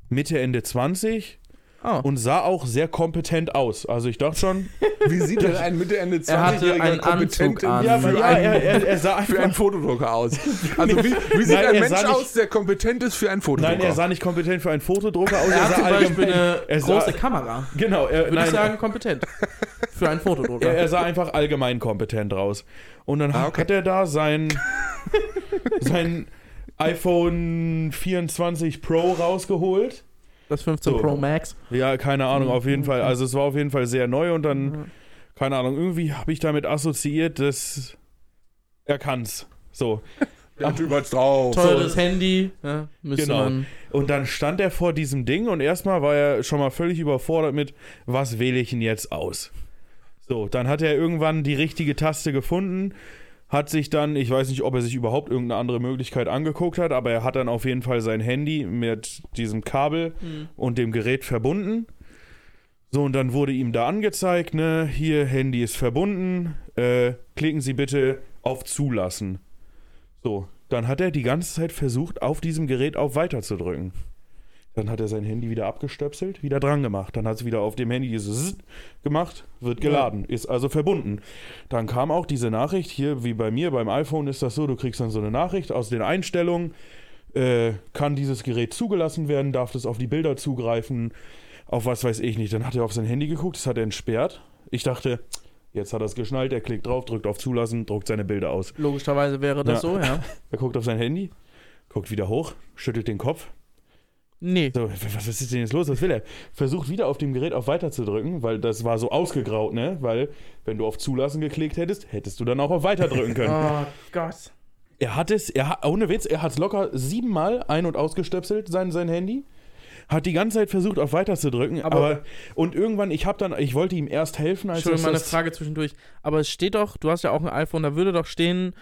S3: Mitte, Ende 20
S2: Ah.
S3: und sah auch sehr kompetent aus. Also ich dachte schon,
S1: Wie sieht denn ein Mitte, Ende
S2: Er hatte
S1: 20-Jähriger
S2: einen
S1: kompetent
S2: Anzug
S1: ja,
S2: an. Ja,
S1: Also für,
S3: ja,
S1: einen,
S3: er, er, er sah
S1: für einen
S3: einfach.
S1: Fotodrucker aus? Also wie, wie sieht
S3: Nein,
S1: ein
S3: er
S1: Mensch
S3: sah nicht-
S1: aus, der kompetent ist für einen Fotodrucker?
S3: Nein, er sah nicht kompetent für einen Fotodrucker aus.
S2: Er hat
S3: sah
S2: zum Beispiel
S3: allgemein-
S2: eine
S3: er sah,
S2: große Kamera.
S3: Genau, er,
S2: Würde
S3: nein,
S2: ich sagen, kompetent. Für einen Fotodrucker.
S3: er, er sah einfach allgemein kompetent raus. Und dann
S1: Ah, okay.
S3: hat er da sein, sein iPhone 24 Pro rausgeholt.
S2: das 15
S3: So.
S2: Pro Max.
S3: Ja, keine Ahnung, auf jeden Fall. Also es war auf jeden Fall sehr neu und
S2: Mhm.
S3: dann, keine Ahnung, irgendwie habe ich damit assoziiert, dass er kann's. So.
S1: Der Typ hat's drauf.
S2: Teures Handy. Ja, müsste
S3: Genau.
S2: man.
S3: Und dann stand er vor diesem Ding und erstmal war er schon mal völlig überfordert mit, was wähle ich denn jetzt aus? So, dann hat er irgendwann die richtige Taste gefunden, hat sich dann, ich weiß nicht, ob er sich überhaupt irgendeine andere Möglichkeit angeguckt hat, aber er hat dann auf jeden Fall sein Handy mit diesem Kabel und dem Gerät verbunden. So, und dann wurde ihm da angezeigt, ne, hier, Handy ist verbunden, äh, klicken Sie bitte auf Zulassen. So, dann hat er die ganze Zeit versucht, auf diesem Gerät auf Weiter zu drücken. Dann hat er sein Handy wieder abgestöpselt, wieder dran gemacht. Dann hat es wieder auf dem Handy dieses Zzzt gemacht, wird geladen, ist also verbunden. Dann kam auch diese Nachricht hier, wie bei mir beim iPhone ist das so, du kriegst dann so eine Nachricht aus den Einstellungen, äh, kann dieses Gerät zugelassen werden, darf es auf die Bilder zugreifen, auf was weiß ich nicht. Dann hat er auf sein Handy geguckt, das hat er entsperrt. Ich dachte, jetzt hat er es geschnallt, er klickt drauf, drückt auf Zulassen, druckt seine Bilder aus.
S2: Logischerweise wäre das
S3: Ja.
S2: so, ja.
S3: Er guckt auf sein Handy, guckt wieder hoch, schüttelt den Kopf.
S2: Nee.
S3: So, w- was ist denn jetzt los? Was will er? Versucht wieder auf dem Gerät auf Weiter zu drücken, weil das war so ausgegraut, ne? Weil, wenn du auf Zulassen geklickt hättest, hättest du dann auch auf Weiter drücken können.
S2: Oh Gott.
S3: er hat es, er hat, ohne Witz, er hat es locker siebenmal ein- und ausgestöpselt, sein, sein Handy. hat die ganze Zeit versucht, auf Weiter zu drücken, aber,
S2: Aber-
S3: und irgendwann, ich habe dann, ich wollte ihm erst helfen, als
S2: Entschuldigung, mal eine
S3: das
S2: Frage zwischendurch. Aber es steht doch, du hast ja auch ein iPhone, da würde doch stehen,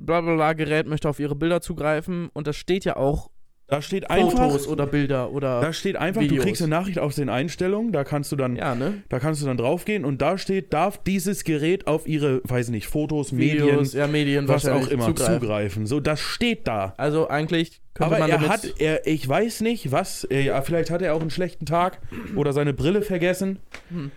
S2: bla bla bla, Gerät möchte auf ihre Bilder zugreifen und da steht ja auch
S3: da steht einfach,
S2: Fotos oder Bilder oder.
S3: da steht einfach, du
S2: Videos.
S3: kriegst eine Nachricht aus den Einstellungen, da kannst du dann,
S2: ja, ne?
S3: da kannst du dann draufgehen und da steht, darf dieses Gerät auf ihre, weiß nicht, Fotos,
S2: Videos,
S3: Medien,
S2: ja, Medien,
S3: was auch
S2: wahrscheinlich
S3: immer zugreifen.
S2: zugreifen.
S3: So, das steht da.
S2: Also eigentlich könnte
S3: Aber
S2: man
S3: er
S2: damit
S3: hat, er, ich weiß nicht, was, er, ja, vielleicht hat er auch einen schlechten Tag oder seine Brille vergessen.
S2: Hm.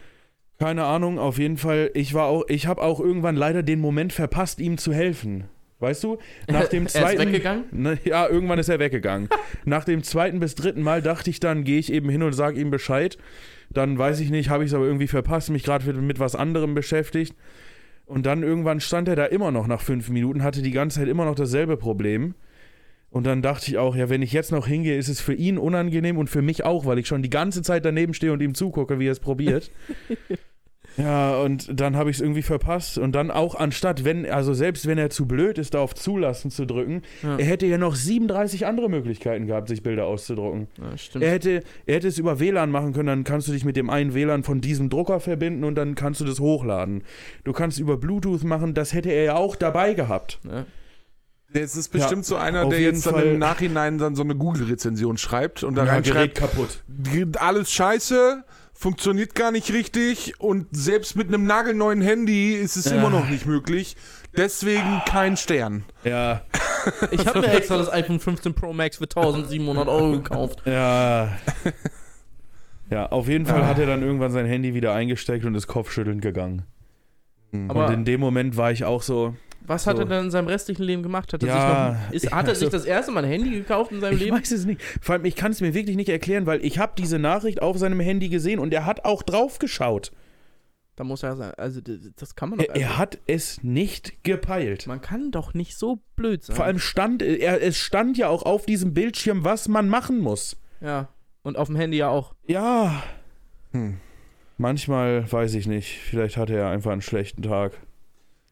S3: Keine Ahnung, auf jeden Fall, ich war auch, ich habe auch irgendwann leider den Moment verpasst, ihm zu helfen. Weißt du? Nach dem
S2: er ist
S3: zweiten.
S2: weggegangen.
S3: Na, ja, irgendwann ist er weggegangen. Nach dem zweiten bis dritten Mal dachte ich dann, gehe ich eben hin und sage ihm Bescheid. Dann weiß ich nicht, habe ich es aber irgendwie verpasst, mich gerade mit, mit was anderem beschäftigt. Und dann irgendwann stand er da immer noch nach fünf Minuten, hatte die ganze Zeit immer noch dasselbe Problem. Und dann dachte ich auch, ja, wenn ich jetzt noch hingehe, ist es für ihn unangenehm und für mich auch, weil ich schon die ganze Zeit daneben stehe und ihm zugucke, wie er es probiert. ja, und dann habe ich es irgendwie verpasst. Und dann auch anstatt, wenn, also selbst wenn er zu blöd ist, da auf Zulassen zu drücken,
S2: Ja.
S3: er hätte ja noch 37 andere Möglichkeiten gehabt, sich Bilder auszudrucken.
S2: Ja, stimmt.
S3: Er hätte, er hätte es über WLAN machen können, dann kannst du dich mit dem einen WLAN von diesem Drucker verbinden und dann kannst du das hochladen. Du kannst über Bluetooth machen, das hätte er ja auch dabei gehabt.
S2: ne?
S1: Es ist bestimmt so einer,
S3: auf
S1: der
S3: jeden
S1: jetzt dann
S3: Fall.
S1: im Nachhinein dann so eine Google-Rezension schreibt und da
S3: Ja, Gerät
S1: reinschreibt,
S3: kaputt.
S1: alles scheiße, funktioniert gar nicht richtig und selbst mit einem nagelneuen Handy ist es immer noch nicht möglich. Deswegen kein Stern.
S3: Ja,
S2: Ich habe mir extra das iPhone 15 Pro Max für 1700 Euro gekauft.
S3: ja. Ja, auf jeden
S2: Ah.
S3: Fall hat er dann irgendwann sein Handy wieder eingesteckt und ist kopfschüttelnd gegangen.
S2: Aber
S3: und in dem Moment war ich auch so,
S2: was hat
S3: so.
S2: er denn in seinem restlichen Leben gemacht? Hat er,
S3: Ja,
S2: sich, noch, ist, hat er
S3: also-
S2: sich das erste Mal ein Handy gekauft in seinem
S3: Ich
S2: Leben?
S3: weiß es nicht. Vor allem, ich kann es mir wirklich nicht erklären, weil ich habe diese Nachricht auf seinem Handy gesehen und er hat auch drauf geschaut.
S2: Da muss er sein. Also d- das kann man doch. also,
S3: Er, er hat es nicht gepeilt.
S2: man kann doch nicht so blöd sein.
S3: Vor allem stand, er, es stand ja auch auf diesem Bildschirm, was man machen muss.
S2: Ja. Und auf dem Handy ja auch.
S3: Ja.
S1: Hm.
S3: Manchmal weiß ich nicht. Vielleicht hatte er einfach einen schlechten Tag.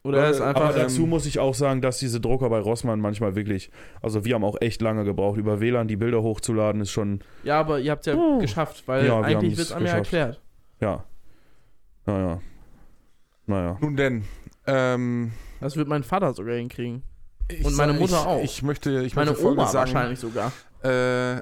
S2: Oder er ist
S3: Aber
S2: einfach.
S3: dazu
S1: ähm,
S3: muss ich auch sagen, dass diese Drucker bei Rossmann manchmal wirklich, also wir haben auch echt lange gebraucht. Über WLAN die Bilder hochzuladen ist schon,
S2: ja, aber ihr habt ja
S3: Oh.
S2: geschafft, weil
S3: Ja, wir
S2: eigentlich
S3: haben's
S2: wird es einem ja
S3: geschafft.
S2: erklärt.
S3: ja. Naja. Naja.
S1: Nun denn, ähm,
S2: Das wird mein Vater sogar hinkriegen.
S1: ich
S2: Und meine
S1: sag-
S2: Mutter
S1: ich,
S2: auch.
S1: Ich möchte, ich
S2: Meine
S1: möchte Folgendes
S2: Oma
S1: sagen.
S2: wahrscheinlich sogar.
S1: Äh,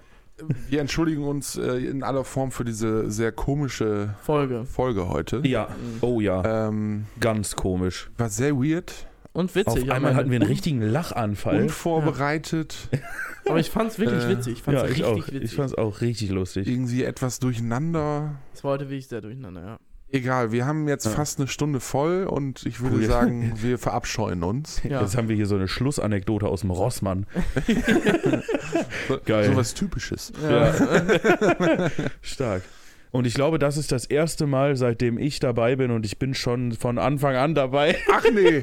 S1: wir entschuldigen uns äh, in aller Form für diese sehr komische
S2: Folge.
S1: Folge heute.
S3: Ja. Oh ja.
S1: Ähm,
S3: Ganz komisch.
S1: war sehr weird,
S2: Und witzig.
S3: Auf
S2: aber-
S3: einmal hatten wir einen richtigen Lachanfall.
S1: unvorbereitet,
S2: Aber ich fand's wirklich
S1: Äh,
S2: witzig. Ich fand's
S3: ja, ich
S2: richtig
S3: auch.
S2: witzig.
S3: Ich fand's auch richtig lustig.
S1: irgendwie etwas durcheinander.
S2: das war heute wirklich sehr durcheinander, ja.
S1: Egal, wir haben jetzt
S3: Ja.
S1: fast eine Stunde voll und ich würde
S3: Cool.
S1: sagen, wir verabscheuen uns.
S2: Ja.
S3: Jetzt haben wir hier so eine Schlussanekdote aus dem Rossmann.
S1: So,
S3: Geil.
S1: So was Typisches.
S2: Ja.
S3: Stark. Und ich glaube, das ist das erste Mal, seitdem ich dabei bin, und ich bin schon von Anfang an dabei,
S1: Ach nee,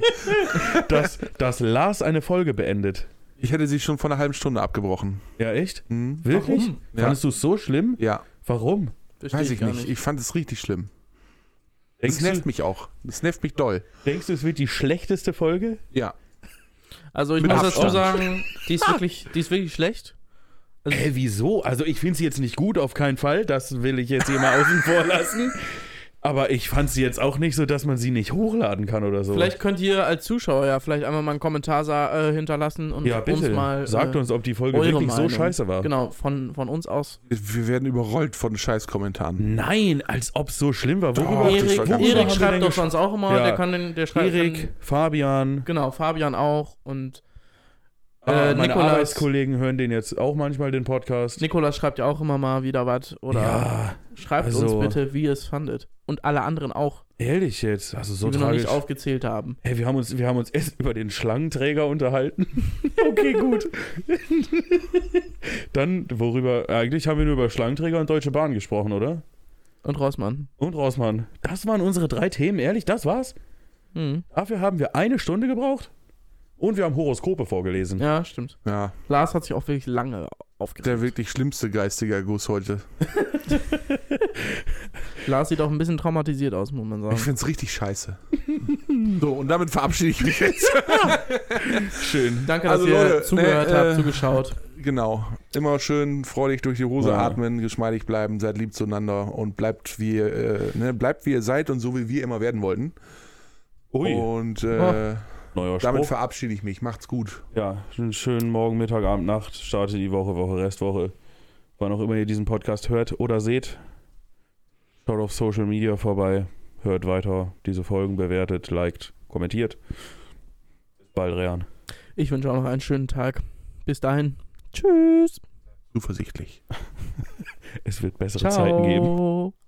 S3: dass, dass Lars eine Folge beendet.
S1: ich hätte sie schon vor einer halben Stunde abgebrochen.
S3: Ja, echt?
S1: Hm?
S3: Wirklich?
S2: Mhm. Warum?
S1: Ja.
S3: Fandest du es so schlimm?
S1: Ja,
S3: Warum?
S2: Versteh
S1: weiß ich
S2: gar
S1: nicht. Ich fand es richtig schlimm.
S3: Denkst
S1: Es nervt
S3: du,
S1: mich auch. Es nervt mich doll.
S3: denkst du, es wird die schlechteste Folge?
S1: Ja.
S2: Also ich
S1: Mit
S2: muss dazu
S1: Abstand.
S2: sagen, die ist wirklich, die ist wirklich schlecht.
S3: Hä, wieso? Also ich finde sie jetzt nicht gut, auf keinen Fall. Das will ich jetzt hier mal außen vor lassen. Aber ich fand sie jetzt auch nicht so, dass man sie nicht hochladen kann oder so.
S2: Vielleicht könnt ihr als Zuschauer ja vielleicht einmal mal einen Kommentar sa- äh, hinterlassen und
S3: ja, bitte.
S2: uns mal.
S3: Sagt
S2: äh,
S3: uns, ob die Folge
S2: eure
S3: wirklich so
S2: Meinung.
S3: scheiße war.
S2: Genau, von, von uns aus.
S1: Wir werden überrollt von
S3: Mhm.
S1: Scheißkommentaren.
S3: Nein, als ob es so schlimm war.
S1: Doch, das ist
S2: Erik,
S1: doch gar nicht
S2: Erik
S1: wahr.
S2: schreibt doch sonst auch immer,
S3: Ja.
S2: der kann den, der schreibt.
S3: Erik,
S2: Dann,
S3: Fabian,
S2: genau, Fabian auch und Äh,
S3: ah, meine
S2: Nikolas.
S3: Arbeitskollegen hören den jetzt auch manchmal den Podcast.
S2: Nikolas schreibt ja auch immer mal wieder was. Oder
S3: ja,
S2: schreibt
S3: also-
S2: uns bitte, wie ihr es fandet. Und alle anderen auch,
S3: ehrlich jetzt. Also so
S2: die wir noch
S3: tragisch.
S2: nicht aufgezählt haben.
S3: Hey, wir haben uns, wir haben uns erst über den Schlangenträger unterhalten. okay, gut. Dann, worüber, eigentlich haben wir nur über Schlangenträger und Deutsche Bahn gesprochen, oder?
S2: Und Rossmann.
S3: Und Rossmann. Das waren unsere drei Themen, ehrlich, das war's?
S2: Hm.
S3: Dafür haben wir eine Stunde gebraucht und wir haben Horoskope vorgelesen.
S2: Ja, stimmt.
S1: Ja,
S2: Lars hat sich auch wirklich lange aufgeregt.
S1: der wirklich schlimmste geistige Erguss heute.
S2: Lars sieht auch ein bisschen traumatisiert aus, muss man
S1: Ich
S2: sagen.
S1: find's richtig scheiße. so, und damit verabschiede ich mich jetzt.
S3: Schön.
S2: Danke, dass
S1: Also,
S2: ihr
S1: Leute,
S2: zugehört
S1: nee,
S3: ne,
S2: habt,
S1: äh,
S2: zugeschaut.
S1: Genau. Immer schön freudig durch die Hose
S3: Ja.
S1: atmen, geschmeidig bleiben, seid lieb zueinander und bleibt wie, ihr, äh, ne, bleibt wie ihr seid und so wie wir immer werden wollten.
S3: Ui,
S1: Und äh,
S2: Ah.
S3: neuer
S1: damit
S3: Spruch.
S1: verabschiede ich mich. Macht's gut.
S3: Ja, einen schönen Morgen, Mittag, Abend, Nacht. Starte die Woche, Woche, Restwoche. Wann auch immer ihr diesen Podcast hört oder seht, schaut auf Social Media vorbei, hört weiter diese Folgen, bewertet, liked, kommentiert. Bis bald, Rehan.
S2: Ich wünsche auch noch einen schönen Tag. Bis dahin. Tschüss.
S1: Zuversichtlich.
S3: Es wird bessere
S2: Ciao.
S3: Zeiten geben.
S2: geben.